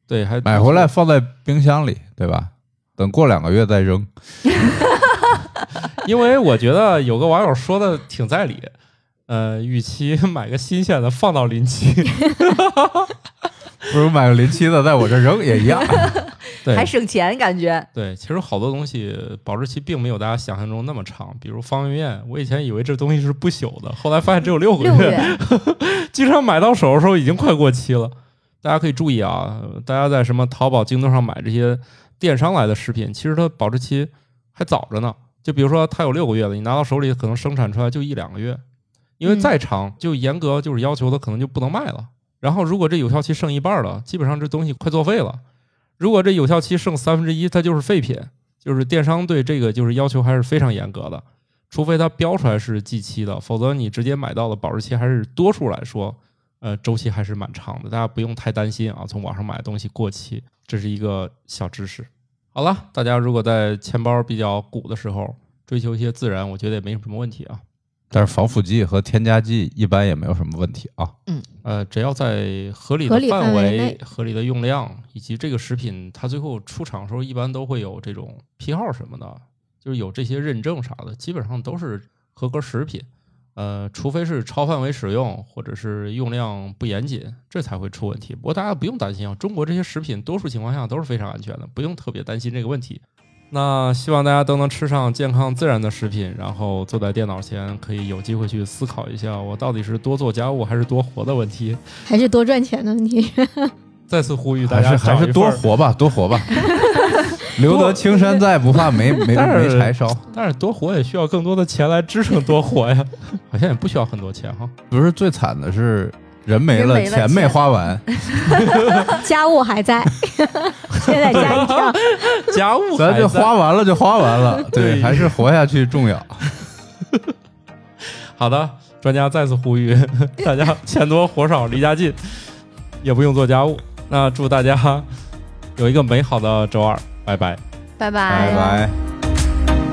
A: 对，还
C: 买回来放在冰箱里，对吧？等过两个月再扔。
A: 因为我觉得有个网友说的挺在理，呃，与其买个新鲜的放到临期，
C: 不如买个临期的，在我这扔也一 样。
A: 对，
B: 还省钱感觉。
A: 对，其实好多东西保质期并没有大家想象中那么长，比如方便面，我以前以为这东西是不朽的，后来发现只有六个
B: 六
A: 月，
B: 月
A: 经常买到手的时候已经快过期了。大家可以注意啊，呃大家在什么淘宝、京东上买这些电商来的食品，其实它保质期还早着呢。就比如说它有六个月的，你拿到手里可能生产出来就一两个月，因为
D: 嗯
A: 再长就严格就是要求它可能就不能卖了。然后如果这有效期剩一半了，基本上这东西快作废了。如果这有效期剩三分之一，它就是废品，就是电商对这个就是要求还是非常严格的，除非它标出来是计期的，否则你直接买到的保质期还是多数来说，呃，周期还是蛮长的，大家不用太担心啊，从网上买的东西过期，这是一个小知识。好了，大家如果在钱包比较鼓的时候追求一些自然，我觉得也没什么问题啊。
C: 但是防腐剂和添加剂一般也没有什么问题啊。
A: 呃，只要在合理
D: 合
A: 的
D: 理
A: 范
D: 范围
A: 围
D: 内、
A: 合理的用量，以及这个食品它最后出厂的时候，一般都会有这种批号什么的，就是有这些认证啥的，基本上都是合格食品。呃，除非是超范围使用或者是用量不严谨，这才会出问题。不过大家不用担心啊，中国这些食品多数情况下都是非常安全的，不用特别担心这个问题。那希望大家都能吃上健康自然的食品，然后坐在电脑前可以有机会去思考一下，我到底是多做家务还是多活的问题。
D: 还是多赚钱的问题。
A: 再次呼吁大
C: 还
A: 家
C: 是还
A: 找一
C: 是
A: 份
C: 多活吧，多活吧。留得青山在，不怕没没
A: 但
C: 没
A: 是
C: 柴烧。
A: 但是多活也需要更多的钱来支撑多活 呀，好像也不需要很多钱哈。
C: 不是最惨的是人没
F: 人
C: 了，
F: 没了
C: 钱没
F: 钱
C: 花完，
D: 家务还在， 现在加一跳。
A: 家务
C: 咱
A: 还在
C: 这花完了就花完了。对，
A: 对
C: 还是活下去重要。
A: 好的，专家再次呼 吁大家钱多活少离家近，也不用做家务。那祝大家有一个美好的周二，拜拜。
F: 拜
C: 拜
F: 拜。
C: 拜。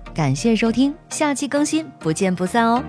B: 感谢收听，下期更新，不见不散哦。